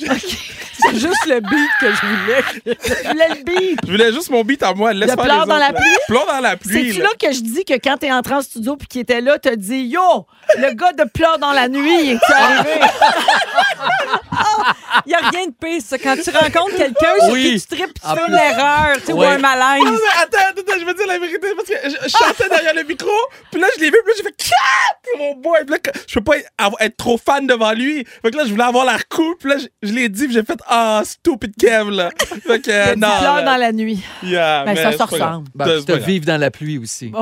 C'est juste le beat que je voulais. Je voulais (laughs) le beat. Je voulais juste mon beat à moi. Laisse Le faire pleur les dans la autres, là. pluie? Pleur dans la pluie. C'est-tu là que je dis que quand t'es entré en studio puis qu'il était là, t'as dit Yo, le gars de pleurs dans la nuit, il est arrivé. Oh! Il n'y a rien de pire, ça. Quand tu rencontres Ben, quelqu'un sur Oui. qui tu tripes, tu En fais une plus. erreur, tu sais, ou Oui. un Non, malaise. mais attends, attends, attends, je veux dire la vérité parce que je, je chantais Ah! derrière le micro, puis là je l'ai vu, puis là j'ai fait Quatre! C'est mon boy, puis là que- je peux pas être, avoir- être trop fan devant lui. Fait que là je voulais avoir la coupe, puis là je, je l'ai dit, puis j'ai fait ah stupid Kev là. (laughs) Fait que euh, Il non. là. pleure dans la nuit. Yeah, Ben, ça c'est se pas grave. ressemble. Ben, C'est puis te pas grave. vivre dans la pluie aussi.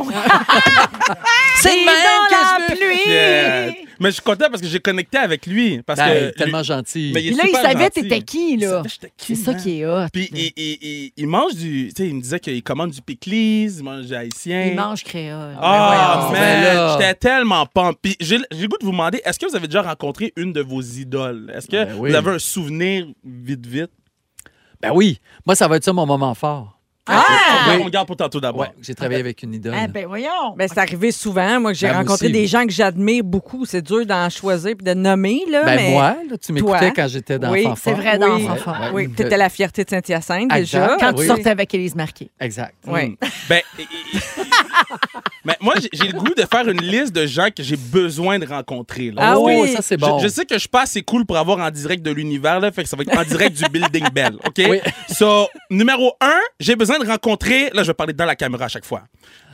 C'est Il le est même que dans je la veux. pluie. Yeah. Mais je suis content parce que j'ai connecté avec lui parce Ben, que il est lui- tellement gentil. mais Puis est là, il super savait gentil. t'étais qui, Il là. savait j'étais qui, C'est ça man. qui est hot. Puis il, il- il- il mange du. Tu sais, il me disait qu'il commande du piclis, il mange du haïtien. Il mange créole. Ah, Ben voyons, ben man, là. j'étais tellement pump. Puis j'ai j'ai le goût de vous demander, est-ce que vous avez déjà rencontré une de vos idoles? Est-ce que Ben oui. vous avez un souvenir vite, vite? Ben oui, moi, ça va être ça mon moment fort. On Ah! garde- On garde pour tantôt d'abord. Ouais, j'ai travaillé avec une idole. Ah, ben voyons. Ben, c'est arrivé souvent, moi, que j'ai Ben, moi rencontré aussi, des oui. gens que j'admire beaucoup. C'est dur d'en choisir puis de nommer, là. Ben mais... moi, là, Toi. tu m'écoutais quand j'étais dans Oui, l'enfant c'est vrai, dans oui, l'enfant fort. Oui, t'étais la fierté de Saint-Hyacinthe, déjà. Exact. Quand tu oui. sortais avec Élise Marquet. Exact. Oui. Ben, et- (laughs) et- et- Ben, moi, j'ai- j'ai le goût de faire une liste de gens que j'ai besoin de rencontrer. là. Ah Oh, oui. ça, c'est bon. Je, je sais que je passe, c'est cool pour avoir en direct de l'univers, là, fait que ça va être en direct du (laughs) Building Bell, OK? Oui. So, numéro un, j'ai besoin de rencontrer, là, je vais parler dans la caméra à chaque fois.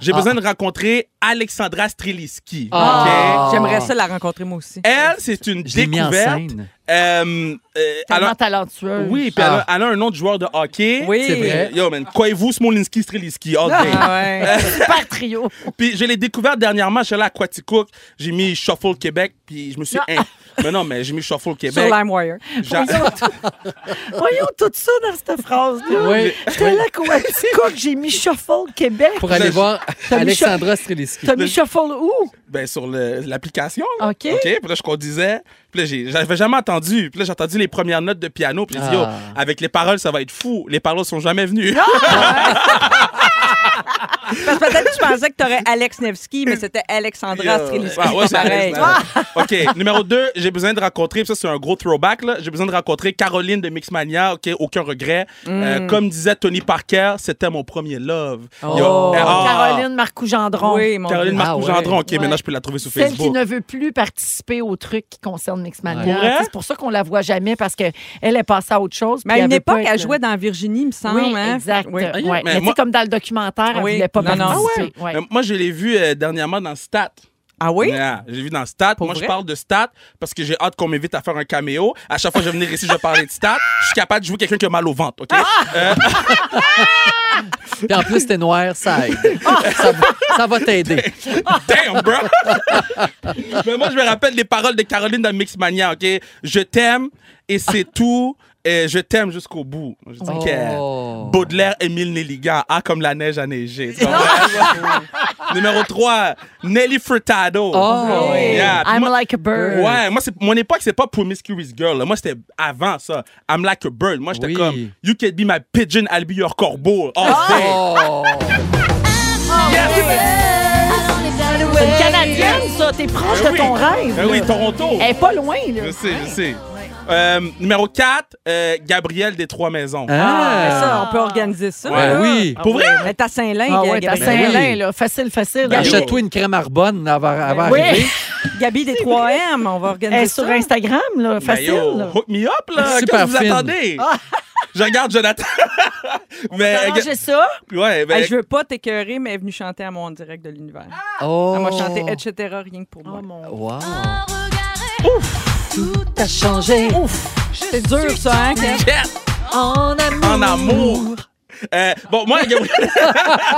J'ai besoin de rencontrer Alexandra Streliski. Ah. OK? J'aimerais ça la rencontrer, moi aussi. Elle, c'est une Je l'ai mis en découverte. scène. Euh, euh, Tellement alors- talentueuse. oui, puis elle a- elle, a, un nom de joueur de hockey. Oui. Ah. C'est vrai. Yo, man, Koivu, Smolinski, Streliski, all day. Ah ouais. (laughs) Super trio. Puis je l'ai découvert dernièrement, je suis allé à Quaticook, j'ai mis Shuffle Québec, puis je me suis... Hein, mais non, mais j'ai mis Shuffle Eh Sur ben, Québec. LimeWire. J'a- (laughs) Voyons tout ça dans cette phrase-là. Oui. J'étais là qu'au Atticook, j'ai mis Shuffle Québec. Pour aller Je- voir mis Alexandra Streliski. T'as mis Shuffle où? ben, sur le- l'application. là. OK. OK. Puis là, je conduisais. Puis là, j'ai- j'avais jamais entendu. Puis là, j'ai entendu les premières notes de piano. Puis j'ai dit, yo, Ah. avec les paroles, ça va être fou. Les paroles sont jamais venues. Ah! (laughs) Parce que peut-être que je pensais que t'aurais Alex Nevsky, mais c'était Yeah. Alexandra Strelitzky. Ah, ouais, c'est pareil. Alexandra. Ah! OK. Numéro 2, j'ai besoin de rencontrer, puis ça, c'est un gros throwback, là. J'ai besoin de rencontrer Caroline de Mixmania. OK, aucun regret. Hmm. Euh, comme disait Tony Parker, c'était mon premier love. Yo, Oh. eh, ah, Caroline Marcoux-Gendron. Oui, mon Caroline Dieu. Ah, Marcoux ouais. Gendron. OK, Ouais. maintenant, je peux la trouver sur Celle qui Facebook. ne veut plus participer aux trucs qui concernent Ouais. Mixmania. Pour vrai? Tu sais, C'est pour ça qu'on la voit jamais parce qu'elle est passée à autre chose. Mais puis à une veut pas époque, être- euh, elle jouait dans Virginie, il me semble. Oui, hein. exact. Oui. Ouais. Mais Mais tu sais, moi- comme dans le documentaire, elle Oui. voulait pas Non, Ah non. participer. Ouais. Euh, moi, je l'ai vu euh, dernièrement dans Stat. Ah oui? Yeah, j'ai vu dans Stat. Pour Moi, je vrai? parle de Stat parce que j'ai hâte qu'on m'invite à faire un caméo. À chaque fois que je vais venir ici, je vais parler de Stat. Je suis capable de jouer quelqu'un qui a mal au ventre, OK? (laughs) Euh, Puis en plus, t'es noir, ça aide. ça, va- ça va t'aider. (laughs) damn, bro! (laughs) (laughs) Mais moi, je me rappelle les paroles de Caroline dans Mixmania, OK? Je t'aime et c'est tout. euh, Je t'aime jusqu'au bout. Je dis Oh. que Baudelaire, Émile Nelligan, A comme la neige à neiger. Tu comprends? (laughs) Numéro 3, Nelly Furtado. Oh, oui. I'm like a bird. Ouais, moi, c'est- mon époque, c'est pas Promiscuous Girl. là. Moi, c'était avant ça. I'm like a bird. Moi, j'étais comme You can be my pigeon, I'll be your corbeau. Oh, Oh. All day. (laughs) Oh, C'est une Canadienne, ça. T'es proche Ben de ton oui. rêve. Ben là. oui, Toronto. Elle est pas loin, (laughs) là. Je sais, je sais. Euh, numéro 4, Gabriel des Trois Maisons. Ah, mais ça, on peut organiser ça. Ouais. là. Oui. Pour vrai? Elle est à Saint-Lin. Ah ouais, Gabi. t'as Saint-Lin, là. Facile, facile. hein. Ben, Allez. Ben Achète-toi une crème Arbonne avant, avant Oui. arriver. Gabi des 3M, on va organiser Elle est ça. sur Instagram, là. Facile. yo, là. hook me up, Super là. Qu'est-ce que vous fine. attendez? Je regarde Jonathan. mais, arranger ça. Ouais, mais- Ah, Hey, je veux pas t'écœurer, mais elle est venue chanter à moi en direct de l'univers. Oh. Elle m'a chanté etc. rien que pour Oh moi. Wow. Tout a changé. Ouf. C'est dur, ça, hein? Kev? En amour. En amour. Euh, bon, moi, Gabriel.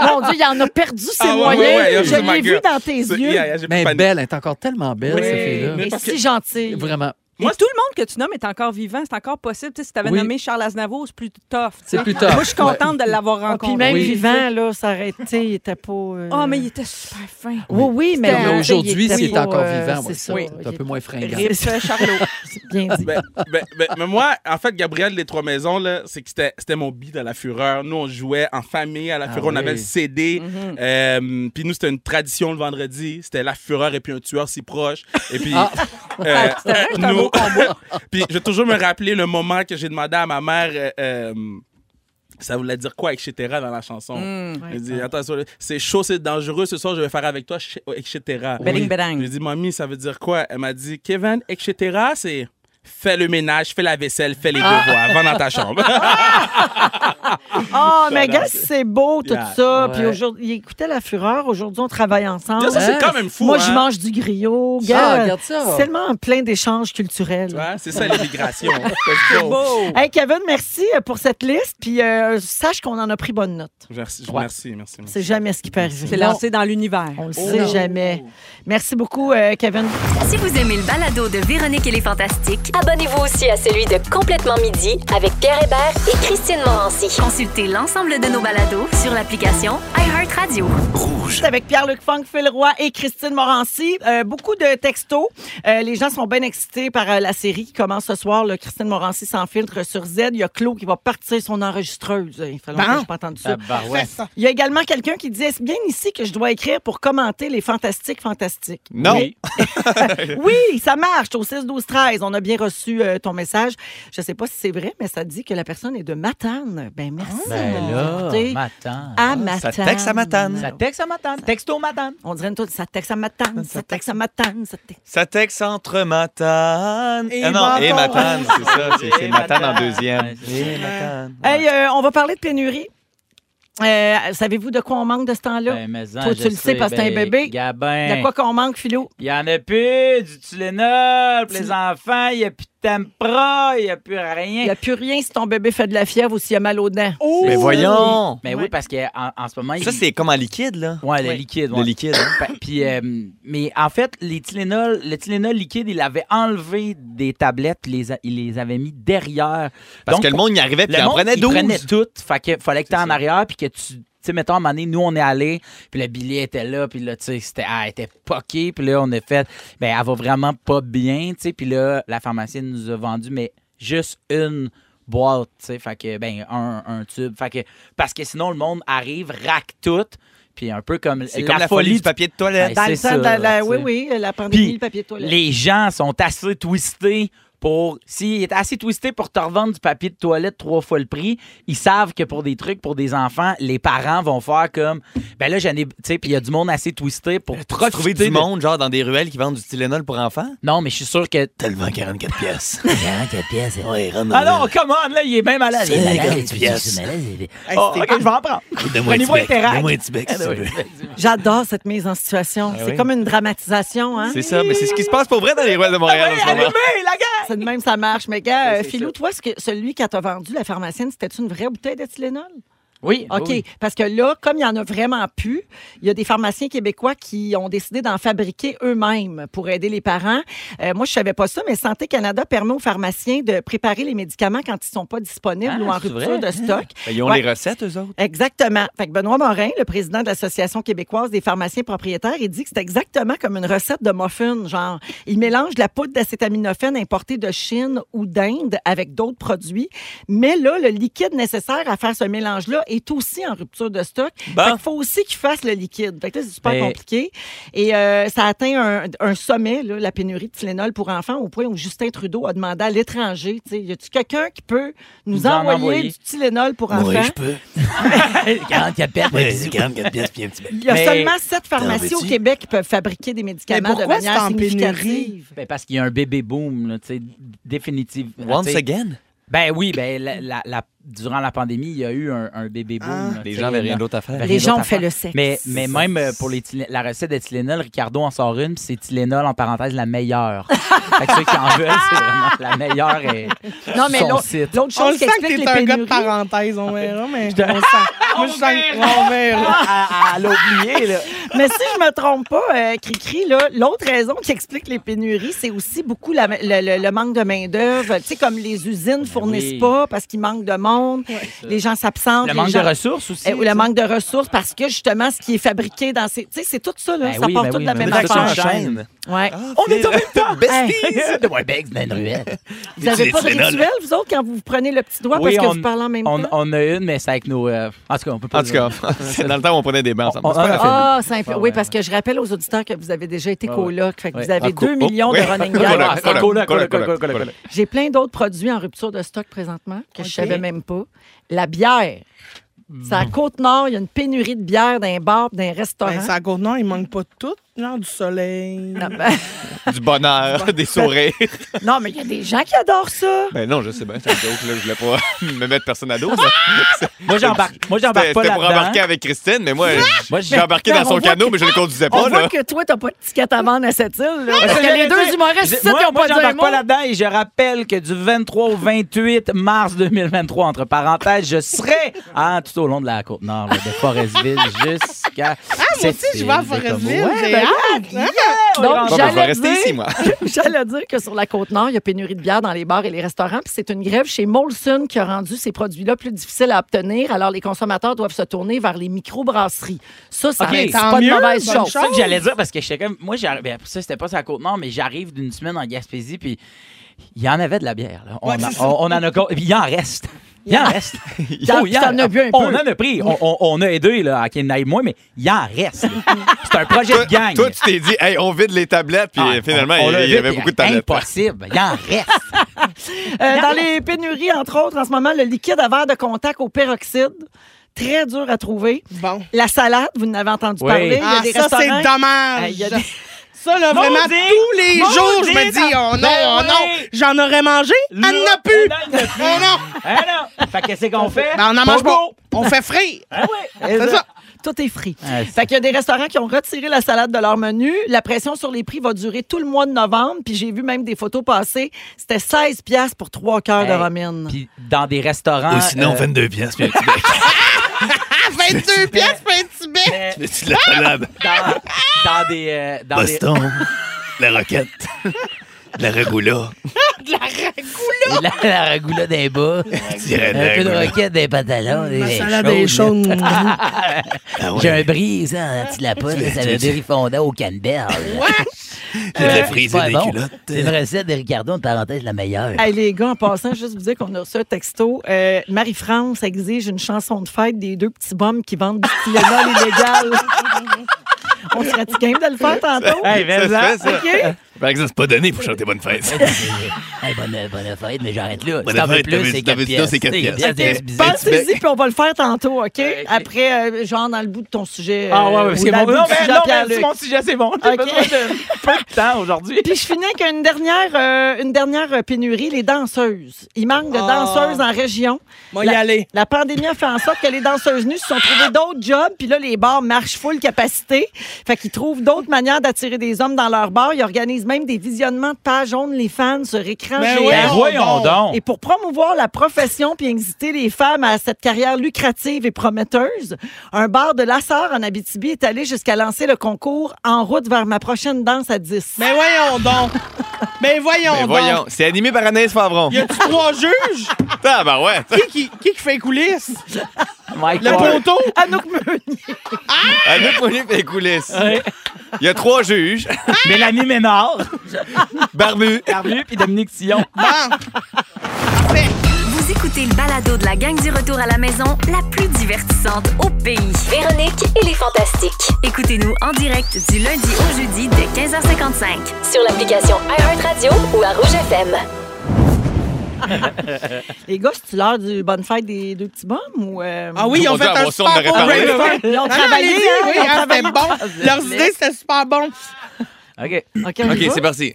Mon Dieu, il en a perdu ses Ah ouais, moyens. ouais, ouais, yeah, je c'est l'ai ma vu gueule. dans tes C'est- yeux. yeah, yeah, j'ai Mais pas de belle, elle est encore tellement belle, Oui. cette fille-là. Mais Et parce si que- gentille. Vraiment. Et tout le monde que tu nommes est encore vivant, c'est encore possible. Tu sais, si tu avais Oui. nommé Charles Aznavour, c'est plus tough. tu C'est sais. plus tough. Moi, je suis contente de l'avoir rencontré. Ah, Puis même vivant, là, ça aurait été, il était pas. euh, Oh, mais il était super fin. Oui, oui, mais. Ah, Mais aujourd'hui, il était s'il est pas, encore euh, vivant, c'est ouais, ça. c'est c'est un peu moins fringant. Rip, euh, Charlot. C'est bien dit. (laughs) Ben, ben, ben, mais moi, en fait, Gabriel des Trois Maisons, là, c'est que c'était, c'était mon beat à la fureur. Nous, on jouait en famille à la Ah fureur. On oui. Mm-hmm. avait le CD. Euh, puis nous, c'était une tradition le vendredi. C'était la fureur et puis un tueur si proche. Et puis, (laughs) euh, Ah. Ouais, c'est vrai, c'est un beau combo. (laughs) puis je vais toujours me rappeler le moment que j'ai demandé à ma mère. euh, euh, ça voulait dire quoi, etc. dans la chanson. Mm. Elle Ah. dit, attention, c'est chaud, c'est dangereux, ce soir, je vais faire avec toi, etc. Belling, J'ai dit, mamie, ça veut dire quoi? Elle m'a dit, Kevin, etc., c'est fais le ménage, fais la vaisselle, fais les Ah. devoirs, va dans ta (laughs) chambre. Ah, Ça mais date. gars, c'est beau tout Yeah. ça. Ouais. Puis aujourd'hui, il écoutait la fureur. Aujourd'hui, on travaille ensemble. Ça, c'est quand même fou, Moi, hein? je mange du griot. Ah, Gars, regarde ça. C'est tellement plein d'échanges culturels. Ouais, c'est ça, (laughs) l'immigration. C'est beau. Hey, Kevin, merci euh, pour cette liste. Puis euh, sache qu'on en a pris bonne note. Merci, Ouais. merci, merci. merci. C'est jamais ce qui peut arriver. C'est lancé dans l'univers. On le Oh sait jamais. Merci beaucoup, euh, Kevin. Si vous aimez le balado de Véronique et les Fantastiques, Abonnez-vous aussi à celui de Complètement Midi avec Pierre Hébert et Christine Morancy. consultez l'ensemble de nos balados sur l'application iHeartRadio. C'est avec Pierre-Luc Funk, Phil Roy et Christine Morancy. Euh, beaucoup de textos. Euh, les gens sont bien excités par euh, la série qui commence ce soir. là. Christine Morancy sans filtre sur Z. Il y a Claude qui va partir son enregistreuse. Il fallait Bon. Ah, bah que j'ai pas entendu ça. Tabarouette. Fais ça. Il y a également quelqu'un qui dit Est-ce bien ici que je dois écrire pour commenter les fantastiques fantastiques Non. (laughs) Oui. Oui, ça marche. Au 6, 12, 13, on a bien reçu euh, ton message. Je sais pas si c'est vrai, mais ça dit que la personne est de Matane. Ben merci. Ah. de nous écouter. Matane. Ah, À Matane. Ça texte à Matane. Ça texte à Matane. Texto Matane. On dirait une toute. Ça texte à Matane. Ça texte à Matane. Ça texte. Ça texte entre Matane. Et ah non, et Matane. Matane, c'est ça. C'est, c'est Et Matane en Matane. deuxième. Et Matane. Hey, euh, on va parler de pénurie. Euh, Savez-vous de quoi on manque de ce temps-là? Ben, mais en, Toi, je tu le sais sais, parce que t'es un ben, bébé. Gabin. De quoi qu'on manque, Philo? Il y en a plus, du Tylenol pour les enfants, il n'y a plus de Tempra, il n'y a plus rien. Il n'y a plus rien si ton bébé fait de la fièvre ou s'il a mal aux dents. Mais voyons! Mais Ben oui, Ouais. parce qu'en en ce moment. Ça, c'est comme en liquide, là? Ouais, le Oui. liquide. Le ouais. liquide, hein. Pa- Puis, euh, mais en fait, les Tylenol, le Tylenol liquide, il avait enlevé des tablettes, puis les a- il les avait mis derrière. Parce que le monde y arrivait, puis il en monde, prenait 12. Il prenait tout. Fait que fallait que tu en arrière, puis que tu. Tu sais, mettons, à un moment donné, nous, on est allés, puis le billet était là, puis là, tu sais, c'était, ah, elle était poquée, puis là, on a fait, ben, elle va vraiment pas bien, tu sais, puis là, la pharmacienne nous a vendu, mais juste une boîte, tu sais, fait que, ben, un, un tube, fait que, parce que sinon, le monde arrive, raque tout, puis un peu comme C'est comme la folie du papier de toilette. Ben, Dans le c'est temps de ça, la- la- tu oui, sais. oui, la pandémie, Puis, le papier de toilette. Les gens sont assez twistés pour. S'ils étaient assez twistés pour te revendre du papier de toilette trois fois le prix, ils savent que pour des trucs, pour des enfants, les parents vont faire comme. Ben là, j'en ai. Tu sais, puis il y a du monde assez twisté pour Ben, Tu profiter. trouvais du de- monde, genre, dans des ruelles qui vendent du Tylenol pour enfants? Non, mais je suis sûr que. T'as le 44 pièces. pièces. Ouais, rentre dans Ah le- non, come on, là, il est même à l'aise. hein. C'est Il est la malade, grande tu- pièce. tu- tu- tu- Hey, Oh, c'est- OK, je vais en prendre. Donne-moi un Prenez-vous petit bec. Interact. Donne-moi un petit bec, si Ah, tu oui. veux. J'adore cette mise en situation. c'est oui. comme une dramatisation. Hein? C'est ça, mais c'est ce qui se passe pour vrai dans les ruelles de Montréal Ah en ce moment. C'est de même, ça marche. Mais gars, Oui, euh, c'est Philou, toi, ce que, celui qui t'a vendu, la pharmacienne, c'était une vraie bouteille de Tylenol? Oui. OK. oui. Parce que là, comme il n'y en a vraiment plus, il y a des pharmaciens québécois qui ont décidé d'en fabriquer eux-mêmes pour aider les parents. Euh, moi, je ne savais pas ça, mais Santé Canada permet aux pharmaciens de préparer les médicaments quand ils ne sont pas disponibles ou en Ah, c'est rupture vrai? de stock. Ben, ils ont Ouais. les recettes, eux autres. Exactement. Fait que Benoît Morin, le président de l'Association québécoise des pharmaciens propriétaires, il dit que c'est exactement comme une recette de muffin. Genre, il mélange la poudre d'acétaminophène importée de Chine ou d'Inde avec d'autres produits. Mais là, le liquide nécessaire à faire ce mélange-là est aussi en rupture de stock. Bon. Fait qu'il faut aussi qu'il fasse le liquide. Fait que là, c'est super Mais- compliqué. Et euh, ça atteint un, un sommet, là, la pénurie de Tylenol pour enfants, au point où Justin Trudeau a demandé à l'étranger, tu sais, y a-tu quelqu'un qui peut nous, Nous en envoyer, envoyer. du Tylenol pour enfants? (laughs) peux. 44 pièces. Ouais, bisous. 44 pièces, puis un petit peu. Il y a seulement sept pharmacies au Québec qui peuvent fabriquer des médicaments Mais pourquoi de manière c'est en significative. Ben, parce qu'il y a un bébé boom, là, tu sais, définitive. Once tu sais. again? Ben oui, ben la- la- la- durant la pandémie, il y a eu un, un bébé boom. Ah. là, Les tu sais, gens avaient rien là. d'autre à faire. Ben, Les rien gens d'autre à ont fait faire. le sexe. Mais, mais même euh, pour les Tylen- la recette de Tylenol, Ricardo en sort une, puis c'est Tylenol, en parenthèse, la meilleure. fait que ceux qui en veulent, c'est vraiment la meilleure. Et, Non, mais sur son l'autre- site. l'autre chose On le qui sent que explique t'es les un gars de pénuries- parenthèse, on verra, mais te- on le sent. Moi, je sens que- on verra. Ah, Elle l'a oublié, là. (laughs) Mais si je me trompe pas, euh, Cricri, là, l'autre raison qui explique les pénuries, c'est aussi beaucoup la- le, le- le manque de main-d'œuvre. Tu sais, comme les usines fournissent oui. pas parce qu'il manque de monde, les gens s'absentent. Le les manque de gens- ressources aussi, Euh, ou tu sais. le manque de ressources parce que justement, ce qui est fabriqué dans ces. Tu sais, c'est tout ça, là. Ben ça oui, part ben tout oui, de la mais même tout ça affaire. enchaîne. Ah, Ouais. On est en même temps. Besties! De Webex, Ben Ruel. Vous avez pas de rituel, vous autres, quand vous vous prenez le petit doigt Oui, parce que on- vous parlez en même on, temps? on a une, mais c'est avec nos. euh, en tout cas, on peut pas. En tout cas, (laughs) c'est dans le temps où on prenait des bains ensemble. C'est pas grave. Ah, c'est un peu- Ah ouais. Oui, parce que je rappelle aux auditeurs que vous avez déjà été Ah ouais. coloc. Fait que Ouais. vous avez En co- 2 millions oh, de oui. running Coloc, gag. Ah, c'est coloc, coloc, coloc, coloc, coloc, coloc. J'ai plein d'autres produits en rupture de stock présentement que je Ok. savais même pas. La bière. C'est à Côte-Nord, il y a une pénurie de bière dans les bars, dans les restaurants. Ben, c'est à Côte-Nord, il manque pas de tout, genre du soleil. Du bonheur, (laughs) des sourires. ben, (laughs) Non, mais il y a des gens qui adorent ça. Ben non, je sais bien, c'est un joke, là. Je voulais pas (laughs) me mettre personne à dos. ça. (laughs) Moi, j'embarque- moi, j'embarque C'était- pas C'était pour là-dedans. embarquer avec Christine, mais moi, Moi, j'ai embarqué Mais dans Ben, on son voit canot, que- mais je le conduisais On pas, voit là. que toi, t'as pas de ticket à vendre à cette île. là. Parce Parce que que les j'allais deux dire- humoristes, j'ai- ici, ils moi, ont moi, pas dit un j'embarque mot. pas là-dedans et je rappelle que du 23 au 28 mars 2023, entre parenthèses, je serai hein, tout au long de la Côte-Nord, là, de Forestville jusqu'à. Ah, moi aussi, je vais à Forestville. j'ai ben, hâte. ben, Donc, j'allais dire- moi. (laughs) J'allais dire que sur la Côte-Nord, il y a pénurie de bière dans les bars et les restaurants. Puis c'est une grève chez Molson qui a rendu ces produits-là plus difficiles à obtenir. Alors, les consommateurs doivent se tourner vers les microbrasseries. Ça, ça Ok, c'est tant pas de mieux, mauvaise bonne chose. C'est ça que j'allais dire parce que j'étais comme. Moi, j'arrive. ben, pour ça, c'était pas sur la côte nord, mais j'arrive d'une semaine en Gaspésie, puis il y en avait de la bière. là. On, Ouais, en- c'est ça. on, on en a. co- Puis il en reste. Il en reste. Il en- Oh, il t'en as bu un on peu. en a pris. On, on- on a aidé là, à qu'il y en ait moins, mais il en reste. C'est un projet Toi, de gang. toi, tu t'es dit, hey, on vide les tablettes, puis Ah, finalement, on- on il- l'a il y vide, avait puis beaucoup de tablettes. Impossible, il en reste. (laughs) Euh, dans les pénuries, entre autres, en ce moment, le liquide à verre de contact au peroxyde. Très dur à trouver. Bon. La salade, vous n'avez entendu Oui. parler. Il y a Ah, des ça, c'est restaurants- dommage. Euh, il y a des- (laughs) Ça, là, Maudit! vraiment, tous les Maudit jours, je me dans- dis, oh non, Ben oh non, oui. j'en aurais mangé, elle n'en a plus. Elle n'en a Oh plus. Eh non. Fait que qu'est-ce qu'on fait? Ben, on n'en mange pas. Bonjour. On fait frire. Ah ouais. C'est ça. Tout est frit. Euh, fait qu'il y a des restaurants qui ont retiré la salade de leur menu. La pression sur les prix va durer tout le mois de novembre. Puis j'ai vu même des photos passer. C'était 16 piastres pour trois cœurs de Hey, romine. Puis dans des restaurants. euh, Ou sinon, 22 piastres, puis (laughs) un petit bec. Ah, 22 pièces, un petit bec. Veux-tu de la salade? Dans, (laughs) dans des. euh, dans des- (laughs) (laughs) Boston, la roquette, la regoula. De la ragoula. La, la ragoula d'un bas. dirais de la Un peu de ragoula. roquette des pantalons. La des salade (laughs) est chaudes. chaude. J'ai un brise hein, en petit lapin, Tu veux- ça tu veut veux- dire ils fondent au canneberge. J'ai de la Euh, frisée c'est pas des bon. culottes. C'est une recette de Ricardo, de parenthèse, la meilleure. (laughs) Hey, les gars, en passant, juste vous dire qu'on a reçu un texto. Euh, Marie-France exige une chanson de fête des deux petits bums qui vendent du (laughs) Tylenol illégal. On serait-tu game de le faire tantôt? ça se fait, ça. Euh, OK? Par exemple, c'est pas donné pour chanter Bonne (laughs) Fête. Ah, Hey, bonne, bonne fête, mais j'arrête là. Bonne Si t'en veux fête, t'as vu- plus, c'est t'as 4 vu- sinon, c'est quatre pièces. C'est Ok. quatre Bisous. Pensez-y, puis on va le faire tantôt, OK? Après, euh, genre, dans le bout de ton sujet. Ah ouais, ouais, euh, parce ou que dans mon- le bout non, du mais- sujet à non, mais Pierre-Luc. si mon sujet, c'est bon. J'ai OK. besoin (laughs) de peu de Ah temps aujourd'hui. Puis je finis avec une dernière, euh, une dernière euh, pénurie, les danseuses. Il manque de Ah. danseuses en région. Moi, la, y aller. La pandémie a fait en sorte que les danseuses nues se sont trouvées d'autres jobs. Puis là, les bars marchent full capacité. Fait qu'ils trouvent d'autres manières d'attirer des hommes dans leurs bars. Ils organisent même des visionnements de pages jaunes les fans sur écran Ben géant. oui, ben voyons donc. Et pour promouvoir la profession puis inciter les femmes à cette carrière lucrative et prometteuse, un bar de Lassar en Abitibi est allé jusqu'à lancer le concours En route vers ma prochaine danse à 10. Mais Ben voyons donc! Mais voyons Ben donc! voyons, c'est animé par Anaïs Favron. Y a-tu trois juges? (laughs) Ah, ben ouais. Qui qui, qui qui fait coulisses? Oh Le Ward. poteau? Anouk Anouk Meunier fait les coulisses. Il y a trois juges. Mélanie Ménard. (laughs) Barbu. Barbu, puis Dominique (laughs) Sillon. Vous écoutez le balado de la gang du retour à la maison, la plus divertissante au pays. Véronique et les Fantastiques. Écoutez-nous en direct du lundi au jeudi dès 15h55 sur l'application iHeartRadio ou à Rouge FM. (laughs) Les gars, c'est-tu l'heure du bonne fête des deux petits bums? Ou euh, Ah oui, ils ont fait un super bon brainstorm. Ils ont Ah, travaillé. allez-y, hein, oui, ils ont ah, travaillé. c'était Oh, bon. Leurs idées, c'était super bon. OK. OK, on y OK, va? c'est (clears throat) parti.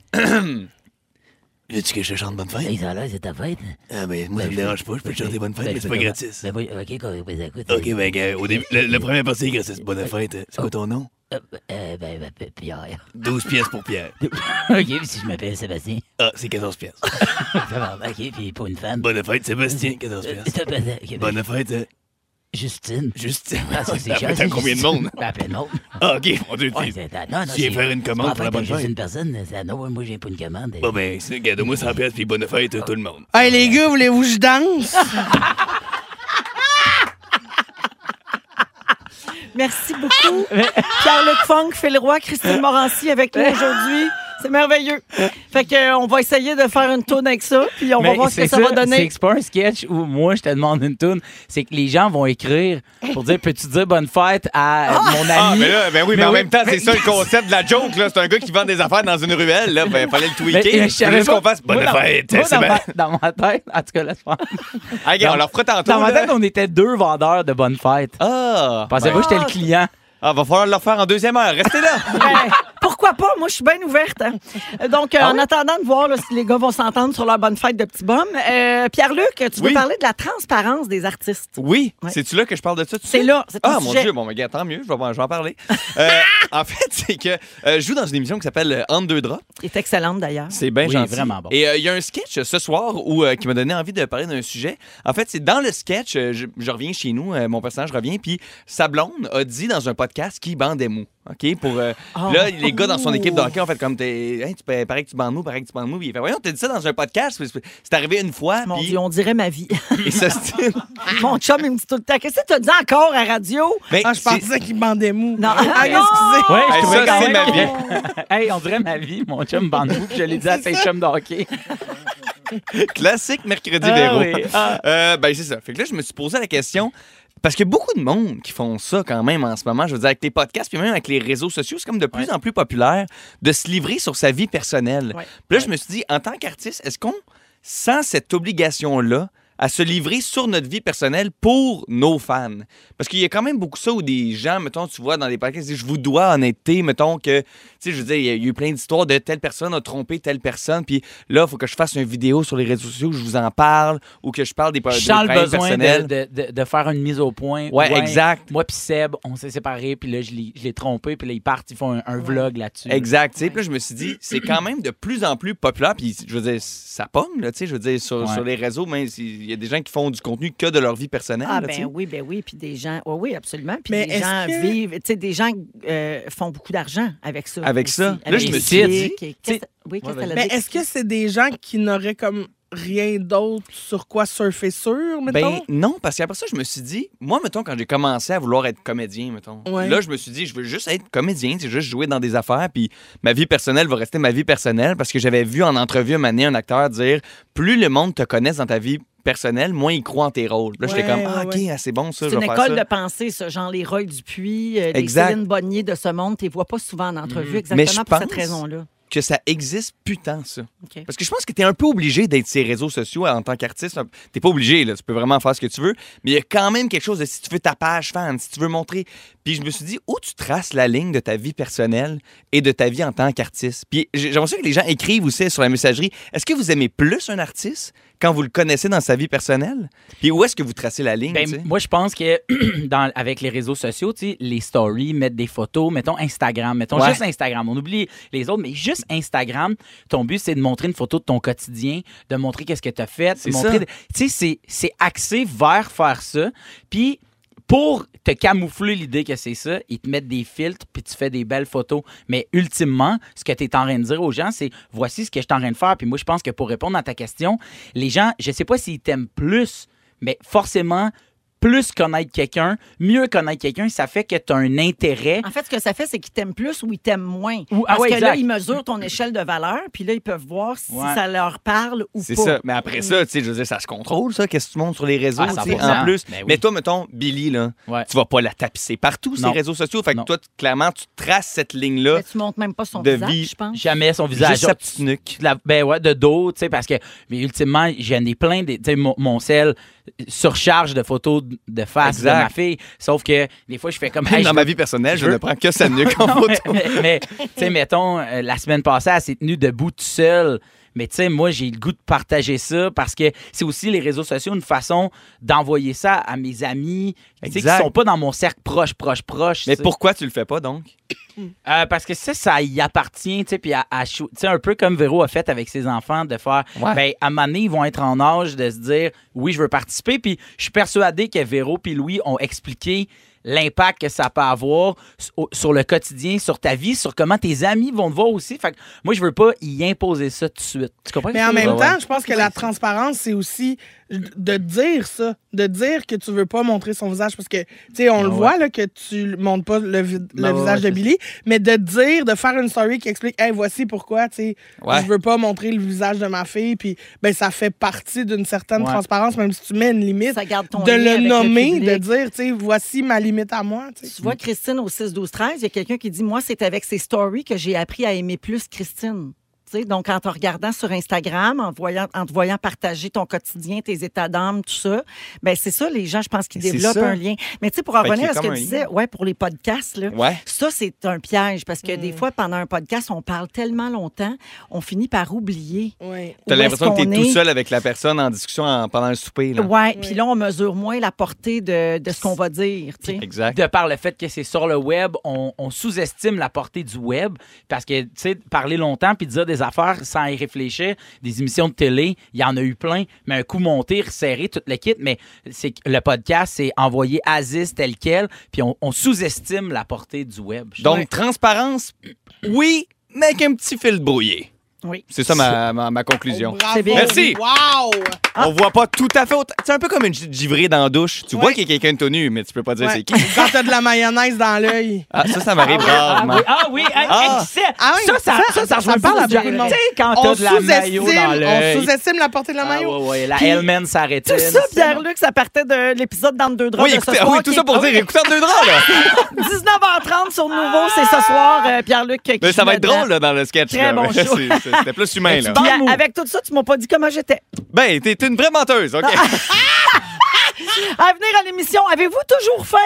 Veux-tu que je te chante bonne fête? Oui, ça là, c'est ta fête. Ah, mais moi, ça me dérange pas, je peux te chanter bonne Ben, je peux commencer. Ben, oui, OK, qu'on- ben, écoute. euh, ben, au début, le, premier parti, c'est bonne fête. C'est quoi ton nom? euh, euh, ben, ben, ben, Pierre. (laughs) 12 pièces pour Pierre. (laughs) OK, puis si je m'appelle Sébastien. Ah, c'est 14 (laughs) pièces. Bon, OK, puis pour une femme. Bonne fête, Sébastien, 14 Euh, pièces. Sébastien, OK, ben, Bonne fête. euh, Justine. Justine. Ah, ça, c'est Ah, cher, ben, (laughs) t'as ça, combien de Justine. monde? Ben, plein de monde. Ah, OK, mon Dieu, Ouais, tu- c'est- non, non, tu viens c'est- faire une c'est pas commande la pour la fête, bonne juste fête. une personne, ça, non, hein. moi, j'ai pas une commande. Bon, ben, sinon, garde-moi 100 pièces, puis bonne fête à tout le monde. Hey, les gars, voulez-vous que je danse? Merci beaucoup. Pierre-Luc Funk, Phil Roy, Christine Morancy avec nous aujourd'hui. C'est merveilleux. Fait que, euh, on va essayer de faire une tourne avec ça, puis on va Mais voir ce que c'est ça, va donner. C'est c'est pas un sketch où moi je te demande une tune, c'est que les gens vont écrire pour dire peux-tu dire bonne fête à Euh, mon ami. Ah, mais là, ben oui, mais, en même temps, (laughs) c'est ça le concept de la joke, là. C'est un gars qui vend des affaires dans une ruelle, là. Ben, fallait le tweaker. Mais- mais Il je savais juste pas- qu'on fasse bonne moi, dans- fête. moi, c'est dans, bien. ma, dans ma tête, en tout cas, là, je pense. OK, on leur fera tantôt. Dans ma là. tête, on était deux vendeurs de bonne fête. Ah! Pensez pas que j'étais le client. Ah, va falloir leur faire en deuxième heure. Restez là. (laughs) Ben, pourquoi pas? Moi, je suis bien ouverte. hein. Donc, euh, Ah en attendant de voir là, si les gars vont s'entendre sur leur bonne fête de petit bum, euh, Pierre-Luc, tu veux Oui. parler de la transparence des artistes. Oui, Ouais. c'est-tu là que je parle de ça? tout de C'est suite? là, c'est ton Ah, mon sujet. Dieu, bon, mais gars, tant mieux, je vais, je vais en parler. (laughs) Euh, en fait, c'est que euh, je joue dans une émission qui s'appelle euh, Entre deux draps. Il est excellente, d'ailleurs. C'est bien Oui, gentil. vraiment bon. Et euh, il y a un sketch euh, ce soir où, euh, qui m'a donné envie de parler d'un sujet. En fait, c'est dans le sketch, euh, je, je reviens chez nous, euh, mon personnage revient, puis sa blonde a dit dans un podcast qu'il bandait mou. OK? Pour, euh, Oh. Là, les gars dans son équipe de Oh. hockey ont fait comme, t'es- Hein, tu pa- pareil que tu bandes mou, pareil que tu bandes mou. Puis Il fait, voyons, t'as dit ça dans un podcast. C'est c'est arrivé une fois. Mon puis- Dieu, on dirait ma vie. (laughs) Et ça, c'est- (laughs) Mon chum, il me dit tout le temps Qu'est-ce que tu as dit encore à radio? Mais Ah, je pensais qu'il bandait mou. Non. Ah, excusez. Ouais, je Hey, trouvais ça, quand c'est même ma vie. que- (laughs) hey, on dirait ma vie, mon chum Bandou, puis je l'ai dit à ses chums de hockey. (laughs) Classique mercredi Ah Véro. oui, ah. Euh, ben, c'est ça. Fait que là, je me suis posé la question. Parce qu'il y a beaucoup de monde qui font ça quand même en ce moment. Je veux dire, avec les podcasts, puis même avec les réseaux sociaux, c'est comme de plus en plus populaire de se livrer sur sa vie personnelle. Puis là, je me suis dit, en tant qu'artiste, est-ce qu'on sent cette obligation-là à se livrer sur notre vie personnelle pour nos fans? Parce qu'il y a quand même beaucoup ça où des gens, mettons, tu vois, dans des podcasts, ils disent, je vous dois honnêteté, mettons que, tu sais, je veux dire, il y a eu plein d'histoires de telle personne a trompé telle personne, puis là, il faut que je fasse une vidéo sur les réseaux sociaux où je vous en parle ou que je parle des, des Je sens le problèmes besoin de, personnels. de, de- de faire une mise au point. Ouais, exact. Moi puis Seb, on s'est séparés, puis là, je l'ai je l'ai trompé, puis là, ils partent, ils font un, un vlog là-dessus. Exact. tu sais. Puis là, je me suis dit, c'est quand même de plus en plus populaire. Puis, je veux dire, ça pomme, là, tu sais. Je veux dire, sur, Ouais. sur les réseaux, même s'il- il y a des gens qui font du contenu que de leur vie personnelle. Ah là, tu sais. ben oui, ben oui, puis des gens, oui, oui, absolument. Puis Mais des est-ce gens que- vivent, tu sais, des gens euh, font beaucoup d'argent avec ça. Avec aussi. ça. Là, Avec je me les suis clics dit- et- qu'est-ce que- Oui, qu'est-ce ben, qu'elle a Mais dit? est-ce que c'est des gens qui n'auraient comme rien d'autre sur quoi surfer sur, mettons? Ben non, parce qu'après ça, je me suis dit, moi, mettons, quand j'ai commencé à vouloir être comédien, mettons, Ouais. là, je me suis dit, je veux juste être comédien, c'est juste jouer dans des affaires, puis ma vie personnelle va rester ma vie personnelle, parce que j'avais vu en entrevue un année un acteur dire, plus le monde te connaisse dans ta vie personnelle, moins ils croient en tes rôles. Là, j'étais Ouais, comme, ouais, ah, OK, ah, c'est bon, ça, C'est je une vais faire ça. école de pensée, ça, genre les Roy Dupuis, euh, les Exact. Céline Bonnier de ce monde, tu les vois pas souvent en entrevue Mhm. exactement Mais je pour cette pense- raison-là. que ça existe putain ça. OK. Parce que je pense que tu es un peu obligé d'être sur les réseaux sociaux en tant qu'artiste. T'es pas obligé, là, tu peux vraiment faire ce que tu veux, mais il y a quand même quelque chose de si tu veux ta page fan, si tu veux montrer. Puis je me suis dit, où tu traces la ligne de ta vie personnelle et de ta vie en tant qu'artiste? Puis j'ai- j'aimerais ça que les gens écrivent aussi sur la messagerie, est-ce que vous aimez plus un artiste quand vous le connaissez dans sa vie personnelle? Puis où est-ce que vous tracez la ligne? Ben, tu sais? moi, je pense que (clears throat) dans, avec les réseaux sociaux, tu sais, les stories, mettre des photos, mettons Instagram, mettons Ouais. juste Instagram. On oublie les autres, mais juste Instagram, ton but, c'est de montrer une photo de ton quotidien, de montrer qu'est-ce que tu as fait. C'est montrer ça. de- Tu sais, c'est- c'est axé vers faire ça. Puis. Pour te camoufler l'idée que c'est ça, ils te mettent des filtres puis tu fais des belles photos. Mais ultimement, ce que tu es en train de dire aux gens, c'est voici ce que je suis en train de faire. Puis moi, je pense que pour répondre à ta question, les gens, je sais pas s'ils t'aiment plus, mais forcément, plus connaître quelqu'un, mieux connaître quelqu'un, ça fait que tu as un intérêt. En fait, ce que ça fait, c'est qu'ils t'aiment plus ou ils t'aiment moins. ah Parce ouais, que là, exact. ils mesurent ton échelle de valeur, puis là, ils peuvent voir si Ouais. ça leur parle ou pas. C'est ça. Mais après ça, tu sais, je veux dire, ça se contrôle, ça. Qu'est-ce que tu montres sur les réseaux, Ah, tu sais, 100%. en plus. Ben oui. Mais toi, mettons, Billy, là, tu vas pas la tapisser partout, ces Non. réseaux sociaux. Fait que toi, t- clairement, tu traces cette ligne-là. Tu montres même pas son de visage, vie. je pense. Jamais son visage. Juste sa petite nuque. ben ouais, de dos, tu sais, parce que, mais ultimement, j'en ai plein, de, tu sais, mon, mon sel surcharge de photos de- de face Exact. de ma fille, sauf que des fois, je fais comme... Même dans je- ma vie personnelle, je veux- ne prends que sa nuque (laughs) en Non, mais- photo. Mais, mais, tu sais, mettons, euh, la semaine passée, elle s'est tenue debout toute seule. Mais tu sais, moi, j'ai le goût de partager ça parce que c'est aussi les réseaux sociaux une façon d'envoyer ça à mes amis tu sais, qui Exact. sont pas dans mon cercle proche, proche, proche. Mais tu sais. pourquoi tu le fais pas, donc? Euh, parce que ça, ça y appartient, tu sais, puis à, à chou- tu sais, un peu comme Véro a fait avec ses enfants, de faire, Ouais. ben, à un moment donné, ils vont être en âge de se dire, oui, je veux participer, puis je suis persuadé que Véro puis Louis ont expliqué l'impact que ça peut avoir sur, sur le quotidien, sur ta vie, sur comment tes amis vont te voir aussi. Fait que moi, je veux pas y imposer ça tout de suite. Tu comprends? Mais en même temps, je pense que la transparence, c'est aussi de dire ça, de dire que tu veux pas montrer son visage parce que, tu sais, on Ah ouais. le Bah voit là, que tu le montres pas le, vi- le ouais, visage ouais, de Billy, mais de dire, de faire une story qui explique, hey, voici pourquoi, tu sais, Ouais. je veux pas montrer le visage de ma fille, puis ben ça fait partie d'une certaine Ouais. transparence, même si tu mets une limite, ton de lien le avec le nommer, public. de dire, tu sais, voici ma limite à moi, tu sais. Tu vois, Christine, au 6-12-13, il y a quelqu'un qui dit Moi, c'est avec ses stories que j'ai appris à aimer plus Christine. Tu sais, donc, en te regardant sur Instagram, en, voyant, en te voyant partager ton quotidien, tes états d'âme, tout ça, ben c'est ça, les gens, je pense, qui C'est développent ça. un lien. Mais tu sais, pour en Fait qu'il revenir y a à ce que comme tu un disais, ouais, pour les podcasts, là, Ouais. ça, c'est un piège parce que des fois, pendant un podcast, on parle tellement longtemps, on finit par oublier. Tu as où est-ce l'impression que tu qu'on es tout est. seul avec la personne en discussion en- pendant le souper. Là. Ouais, puis là, on mesure moins la portée de, de ce qu'on va dire. tu sais. Exact. De par le fait que c'est sur le web, on, on sous-estime la portée du web parce que, tu sais, parler longtemps puis dire des affaires sans y réfléchir, des émissions de télé, il y en a eu plein, mais un coup monté, resserré, tout le kit, mais c'est que le podcast, c'est envoyer Aziz tel quel, puis on, on sous-estime la portée du web. Donc, transparence, oui, mais avec un petit fil brouillé. Mm. Oui. C'est ça ma, ma- ma conclusion. Oh, Bravo! Merci. Wow! On voit pas tout à fait. autant- C'est un peu comme une gi- givrée dans la douche. Tu vois Ouais. qu'il y a quelqu'un de tenu, mais tu peux pas dire Ouais. c'est qui. Quand t'as de la mayonnaise dans l'œil. Ah, ça, ça m'arrive rarement. Ah oui, hey, Ah. excès. Ah oui, ça, ça, ça, ça, me parle à ressemble beaucoup de à- monde. Tu sais, quand On t'as de la mayo dans sous-estime- l'œil. Ah, On sous-estime la portée de la mayo. Ouais, ouais, la Puis- Hellman s'arrêtait. Tout ça, Pierre-Luc, ça partait de l'épisode dans deux draps. Oui, de ce écoutez- soir oui, tout qui- ça pour Ah oui. dire, écoutez en deux draps, (laughs) là. 19h30 sur Nouveau, c'est ce soir, euh, Pierre-Luc. qui Mais ça va être là-dedans. drôle là, dans le sketch. Très là. bon (laughs) C'est- show. c'est- C'était plus (laughs) humain. là. Puis, à- avec tout ça, tu m'as pas dit comment j'étais. Ben, t'es une vraie menteuse, OK? À venir à l'émission, avez-vous toujours faim?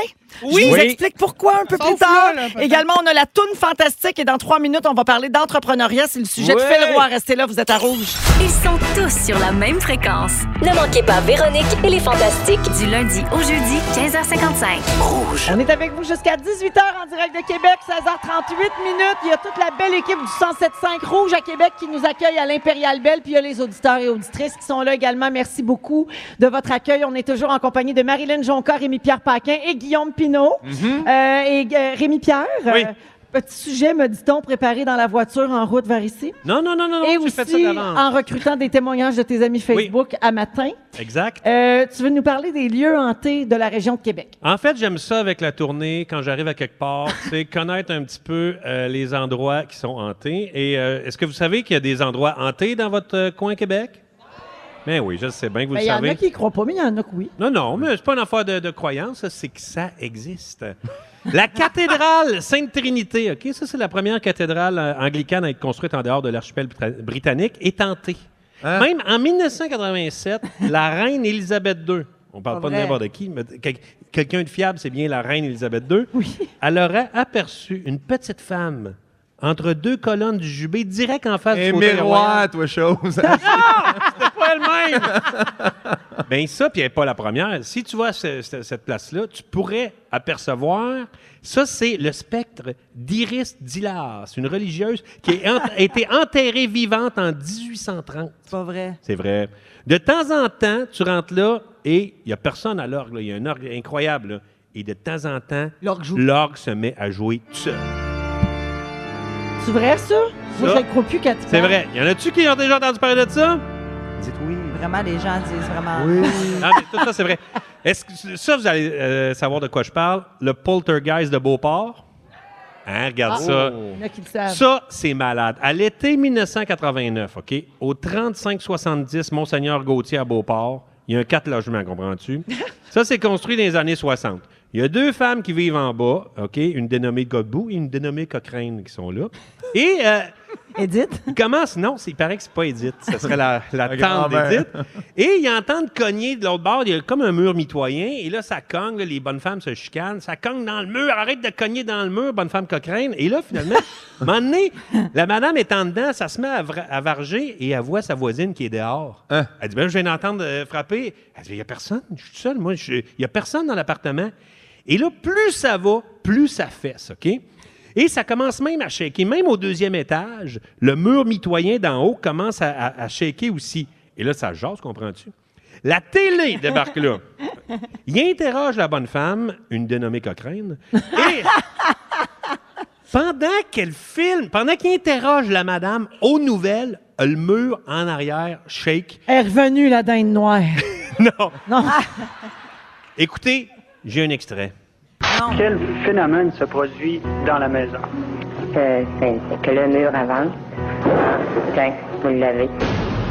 Oui. Je vous Oui. explique pourquoi un peu plus tard. Également, on a la toune fantastique et dans trois minutes, on va parler d'entrepreneuriat. C'est le sujet de Ouais. Phil Roy. Restez là, vous êtes à rouge. Ils sont tous sur la même fréquence. Ne manquez pas Véronique et les Fantastiques du lundi au jeudi 15h55. Rouge. On est avec vous jusqu'à 18h en direct de Québec, 16h38 minutes. Il y a toute la belle équipe du 107.5 Rouge à Québec qui nous accueille à l'Impérial Belle. Puis il y a les auditeurs et auditrices qui sont là également. Merci beaucoup de votre accueil. On est toujours en compagnie de Marilyn Jonca, Rémi-Pierre Paquin et Guillaume Pinault. Mhm. Euh, et euh, Rémi-Pierre, euh, petit sujet, me dit-on, préparé dans la voiture en route vers ici. (laughs) Non, non, non, non, non, Et j'ai fait ça aussi d'avance. en recrutant des témoignages de tes amis Facebook à matin. Exact. Euh, tu veux nous parler des lieux hantés de la région de Québec. En fait, j'aime ça avec la tournée, quand j'arrive à quelque part, c'est connaître un petit peu euh, les endroits qui sont hantés. Et euh, est-ce que vous savez qu'il y a des endroits hantés dans votre euh, coin Québec? Ben oui, je sais bien que vous Ben, le Il y en savez. a qui y croient pas, mais il y en a que oui. Non, non, mais c'est pas une affaire de, de croyance, ça, c'est que ça existe. La cathédrale Sainte-Trinité, OK, ça, c'est la première cathédrale euh, anglicane à être construite en dehors de l'archipel brita- Hein? britannique, est tentée. Même en 1987, la reine Élisabeth II, On parle Pas pas, de vrai. n'importe qui, mais quel- quelqu'un de fiable, c'est bien la reine Élisabeth II. Elle aurait aperçu une petite femme entre deux colonnes du jubé, direct en face Et du fauteuil royal. miroir, toi, chose. C'était pas elle-même! (laughs) Bien, Ben, ça, puis elle n'est pas la première. Si tu vas à ce- ce- cette place-là, tu pourrais apercevoir. Ça, c'est le spectre d'Iris Dilas, une religieuse qui a ent- été enterrée vivante en 1830. C'est pas vrai. C'est vrai. De temps en temps, tu rentres là et il n'y a personne à l'orgue. là. Il y a un orgue incroyable. là. Et de temps en temps, L'orgue joue. l'orgue se met à jouer tout seul. C'est vrai, ça? Moi, je ne crois plus qu'à te C'est vrai. Y en a-tu qui ont déjà entendu parler de ça? Dites oui. Vraiment, les gens disent vraiment. Ah, Non, mais tout ça, c'est vrai. Est-ce que ça, vous allez euh, savoir de quoi je parle? Le poltergeist de Beauport. Hein, regarde Ah. ça. Oh. Il y en a qui le savent. Ça, c'est malade. À l'été 1989, OK, au 3570 Monseigneur Gauthier à Beauport, il y a un quatre logements, comprends-tu? Ça, c'est construit dans les années 60. Il y a deux femmes qui vivent en bas, OK, une dénommée Godbout et une dénommée Cochrane qui sont là. Et. euh, Edith? Comment? Non, c'est- il paraît que c'est pas Edith. Ce serait la, la La tante grand-mère. d'Édith. Et ils entendent cogner de l'autre bord. Il y a comme un mur mitoyen. Et là, ça cogne. là, les bonnes femmes se chicanent. Ça cogne dans le mur. Arrête de cogner dans le mur, bonne femme Cochrane. Et là, finalement, à un moment donné, la madame est en dedans. Ça se met à, vra- à varger et elle voit sa voisine qui est dehors. Elle dit ben, Je viens d'entendre euh, frapper. Elle dit Il n'y a personne. Je suis tout seul. Moi, je- il n'y a personne dans l'appartement. Et là, plus ça va, plus ça fesse. OK? Et ça commence même à shaker. Même au deuxième étage, le mur mitoyen d'en haut commence à, à- à shaker aussi. Et là, ça jase, comprends-tu? La télé débarque là. Il interroge la bonne femme, une dénommée Cochrane, et pendant qu'elle filme, pendant qu'il interroge la madame aux nouvelles, le mur en arrière shake. Elle est revenue, la dinde noire. (laughs) non. Non. Écoutez, j'ai un extrait. Quel phénomène se produit dans la maison? Euh, ben, que le mur avance. Tiens, vous l'avez.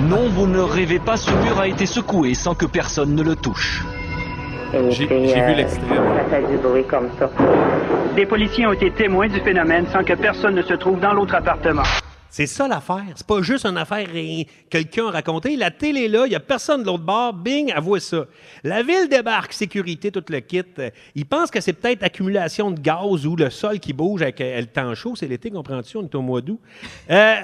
Non, vous ne rêvez pas, ce mur a été secoué sans que personne ne le touche. J'ai vu euh, Ça fait du bruit comme ça. Des policiers ont été témoins du phénomène sans que personne ne se trouve dans l'autre appartement. C'est ça l'affaire. C'est pas juste une affaire et quelqu'un a raconté. La télé est là, il n'y a personne de l'autre bord. Bing, avouez ça. La ville débarque, sécurité, tout le kit. Euh, Ils pensent que c'est peut-être accumulation de gaz ou le sol qui bouge avec euh, le temps chaud. C'est l'été, comprends-tu? On est au mois d'août. Euh,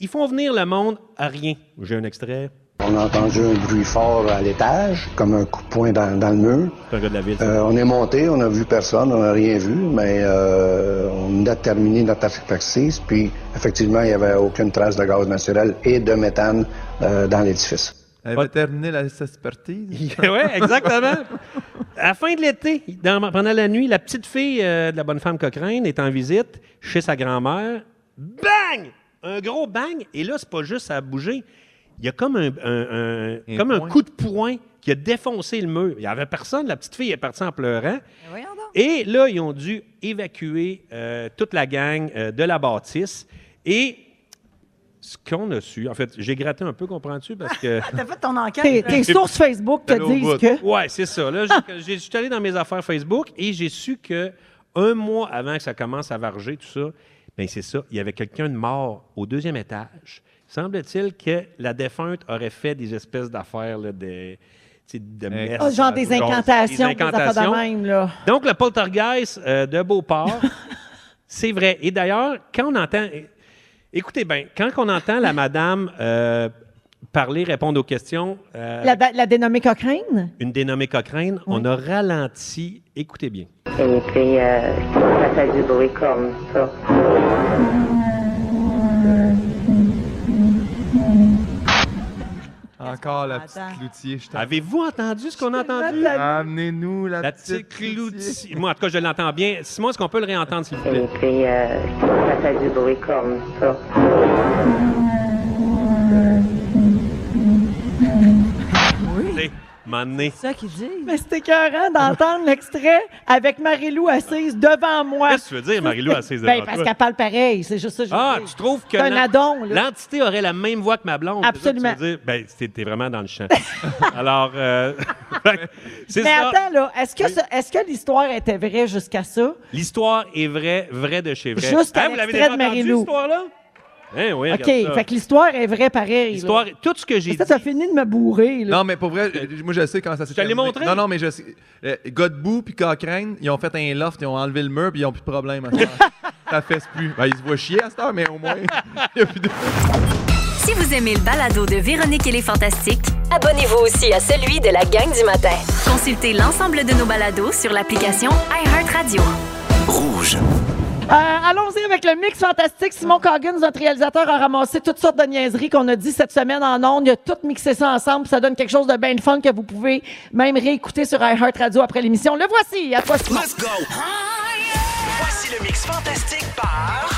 ils font venir le monde à rien. J'ai un extrait. On a entendu un bruit fort à l'étage, comme un coup de poing dans, dans le mur. Euh, on est monté, on a vu personne, on n'a rien vu, mais euh, on a terminé notre expertise, puis effectivement, il n'y avait aucune trace de gaz naturel et de méthane euh, dans l'édifice. Elle va terminer la (laughs) expertise. oui, (laughs) exactement. À la fin de l'été, dans- pendant la nuit, la petite fille euh, de la bonne femme Cochrane est en visite chez sa grand-mère. Bang! Un gros bang. Et là, c'est pas juste à bouger. Il y a comme un, un- un- comme un coup de poing qui a défoncé le mur. Il n'y avait personne. La petite fille est partie en pleurant. Et là, ils ont dû évacuer euh, toute la gang euh, de la bâtisse. Et ce qu'on a su, en fait, j'ai gratté un peu, comprends-tu? Parce que. T'as fait ton enquête. Tes, tes sources Facebook te disent que. Oui, c'est ça. Là, j'ai- j'ai- je suis allé dans mes affaires Facebook et j'ai su que un mois avant que ça commence à varger, tout ça, bien, c'est ça. Il y avait quelqu'un de mort au deuxième étage. Semble-t-il que la défunte aurait fait des espèces d'affaires, là, de, tu sais, de messes, Ah, genre des incantations, des affaires de Euh, incantations. même, là. Donc, le poltergeist euh, de (laughs) Beauport, c'est vrai. Et d'ailleurs, quand on entend. Écoutez bien, quand on entend la madame euh, parler, répondre aux questions. euh, La, da- la dénommée Cochrane? une dénommée Cochrane, on a ralenti. Écoutez bien. Et puis, euh, ça fait du bruit comme ça. Encore la petite cloutier. Avez-vous entendu ce qu'on a entendu? Amenez-nous la, petite cloutier. Moi, en tout cas, je l'entends bien. Simon, est-ce qu'on peut le réentendre, s'il vous plaît? Et puis, euh, ça fait du bruit comme ça. Oui. Mané. ça qu'ils disent. Mais c'était écœurant d'entendre l'extrait avec Marie-Lou assise devant moi. Qu'est-ce que tu veux dire, Marie-Lou, assise Ben, devant parce toi? qu'elle parle pareil, c'est juste ça. que je veux Ah, dire. tu trouves que C'est un l'en- addon, là. l'entité aurait la même voix que ma blonde. c'est ça que tu veux dire? Ben, t'es- t'es vraiment dans le champ. (laughs) Alors, euh, (laughs) c'est Mais ça. attends, là, est-ce que, ça- est-ce que l'histoire était vraie jusqu'à ça? L'histoire est vraie, vraie de chez vrai. Juste Hein, à vous l'avez l'extrait déjà de entendu, Marie-Lou. cette histoire-là? Hein, oui, OK, regarde ça. fait que l'histoire est vraie pareil. L'histoire- tout ce que j'ai dit. Ça, t'as fini de me bourrer. là. Non, mais pour vrai, euh, moi, je sais quand ça s'est Je te l'ai terminé. montré. Non, non, mais je sais. Euh, Godbout puis Cochrane, ils ont fait un loft, ils ont enlevé le mur, puis ils ont plus de problème à ça. (laughs) ça fesse plus. Ben, ils se voient chier à cette heure, mais au moins. il y a plus de- Si vous aimez le balado de Véronique et les Fantastiques, abonnez-vous aussi à celui de la gang du matin. Consultez l'ensemble de nos balados sur l'application iHeartRadio. Rouge. Euh, Allons-y avec le mix fantastique. Simon Coggins, notre réalisateur, a ramassé toutes sortes de niaiseries qu'on a dit cette semaine en ondes. Il a tout mixé ça ensemble. puis Ça donne quelque chose de bien le fun que vous pouvez même réécouter sur iHeartRadio après l'émission. Le voici. À toi, Simon. Voici le mix fantastique par.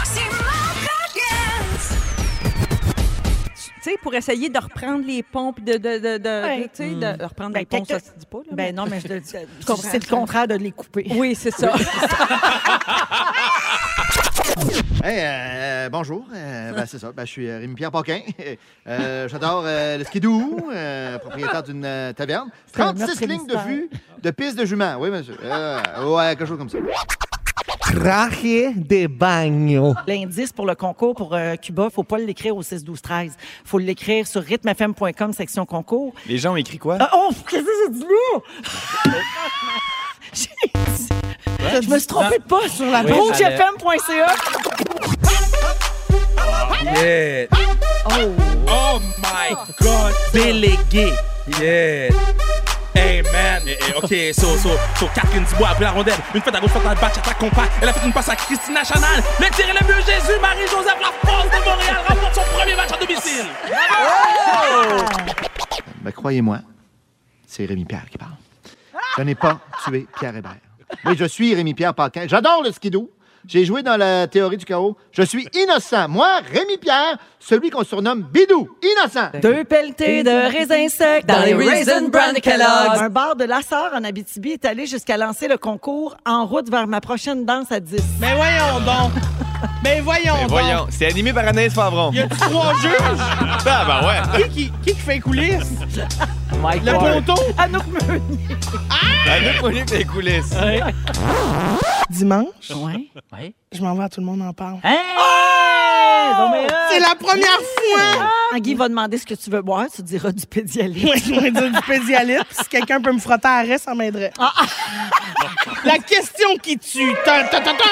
Tu sais, pour essayer de reprendre les ponts, puis de, de, de, de- Ouais. tu sais, Mm. de reprendre Ben, les ponts, ça peut-être- se dit pas. Là, Ben non, mais je- (laughs) je- Tu je- comprends. c'est le contraire de les couper. Oui, c'est ça. Hey, euh, bonjour. (laughs) Euh, ben, c'est ça. Ben, je suis Rémi Pierre Paquin. (laughs) Euh, J'adore euh, le skidoo, euh, propriétaire d'une euh, taverne. C'est un 36 meurtre lignes de mystère. vue de piste de jument. Oui, monsieur. Euh, ouais, quelque chose comme ça. Traje de bagno. (laughs) L'indice pour le concours pour euh, Cuba, faut pas l'écrire au 6 12 13. Faut l'écrire sur rythmefm.com section concours. Les gens ont écrit quoi? Ah, oh, qu'est-ce que c'est du (laughs) lourd? Je me suis trompée de pas sur la Oui, elle a- rougefm.ca. Yeah. Oh. Oh my God. Délégué. Yeah. Hey man, Eh, eh, ok, so, so, so, Catherine Dubois a pris la rondelle, une fête à gauche, faute à batch, attaque qu'on elle a fait une passe à Christina Chanal, le tir est le mieux, Jésus, Marie-Joseph, la France de Montréal remporte son premier match à domicile. Ben, croyez-moi, c'est Rémi Pierre qui parle. Je n'ai pas tué Pierre Hébert. Oui, je suis Rémi Pierre Paquin. J'adore le skidoo. J'ai joué dans la théorie du chaos. Je suis innocent. Moi, Rémi Pierre, celui qu'on surnomme Bidou. Innocent. Deux pelletées de raisins secs dans les Raisin Bran Kellogg's. Un bar de Lassar en Abitibi est allé jusqu'à lancer le concours en route vers ma prochaine danse à 10. Mais voyons donc. Mais voyons Ben donc. voyons, c'est animé par Anaïs Favron. Il y a trois juges. Ah, bah ben ouais. Qui qui, qui qui fait les coulisses? Mike Le Ward. ponton? Anouk Meunier. Anouk Meunier fait les coulisses. Dimanche, Ouais. je m'en vais à Tout le monde en parle. C'est la première fois! Oh! Ah, Guy va demander ce que tu veux boire, tu diras du pédialyte. Oui, je vais dire du pédialyte. Si quelqu'un peut me frotter à l'arrêt, ça m'aiderait. Ah, La question qui tue. Ta, ta, ta, ta.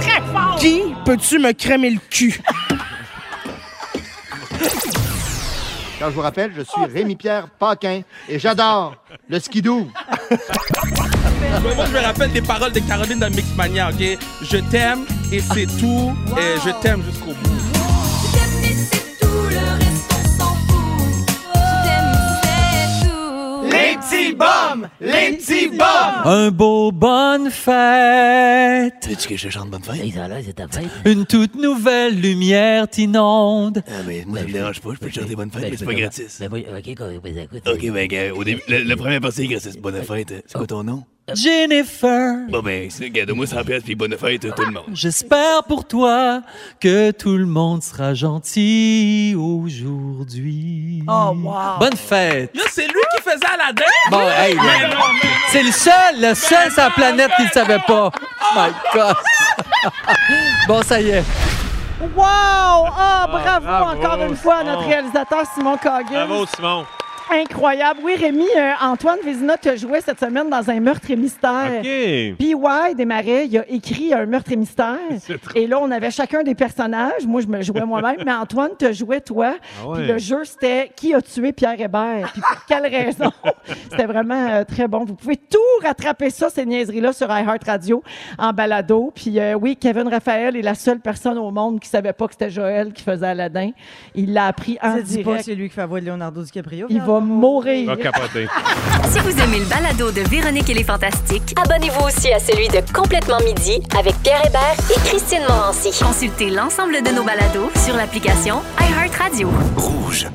Très fort! Guy, peux-tu me cramer le cul? Quand je vous rappelle, je suis Rémi-Pierre Paquin et j'adore le skidoo. Ouais, Moi, je me rappelle des paroles de Caroline de Mixmania, ok? Je t'aime et c'est tout, et je t'aime jusqu'au bout. Les petits bombes! Les petits bombes! Un beau bonne fête. Tu veux que je chante bonne fête? c'est ta fête. Une toute nouvelle lumière t'inonde. Ah, mais moi, ça me dérange pas, ben, je peux te chanter bonne fête, mais c'est pas gratis. ok, Ok, ben, gars, au début, le, le premier parti est gratis. Bonne fête, c'est quoi ton nom? Jennifer, Bon, ben, c'est- gars, donne-moi 100 pièces, puis bonne fête, tout le monde. j'espère pour toi que tout le monde sera gentil aujourd'hui. Oh, wow. Hmm. Bonne fête. Là, c'est lui qui faisait Aladdin! Bon, hey, mais là, non, mais c'est le seul, le seul sur la planète qui ne savait pas. Oh My God. (laughs) bon, ça y est. Wow! Ah, bravo, bravo, encore une fois à notre Simon. réalisateur Simon Coggins. Bravo, Simon. Incroyable. Oui, Rémi, euh, Antoine Vézina te jouait cette semaine dans un meurtre et mystère. OK. P.Y. Desmarais, il a écrit un meurtre et mystère. Et là, on avait chacun des personnages. Moi, je me jouais moi-même, mais Antoine te jouait toi. Ah ouais. Puis le jeu, c'était qui a tué Pierre Hébert? Puis pour quelle raison? c'était vraiment euh, très bon. Vous pouvez tout rattraper ça, ces niaiseries-là, sur iHeartRadio, en balado. Puis euh, oui, Kevin Raphaël est la seule personne au monde qui savait pas que c'était Joël qui faisait Aladdin. Il l'a appris en Tu dis pas, direct. c'est lui qui fait la voix de Leonardo DiCaprio. Il va mourir. Va capoter. Si vous aimez le balado de Véronique et les Fantastiques, abonnez-vous aussi à celui de Complètement Midi avec Pierre Hébert et Christine Morancy. Consultez l'ensemble de nos balados sur l'application iHeartRadio. Rouge.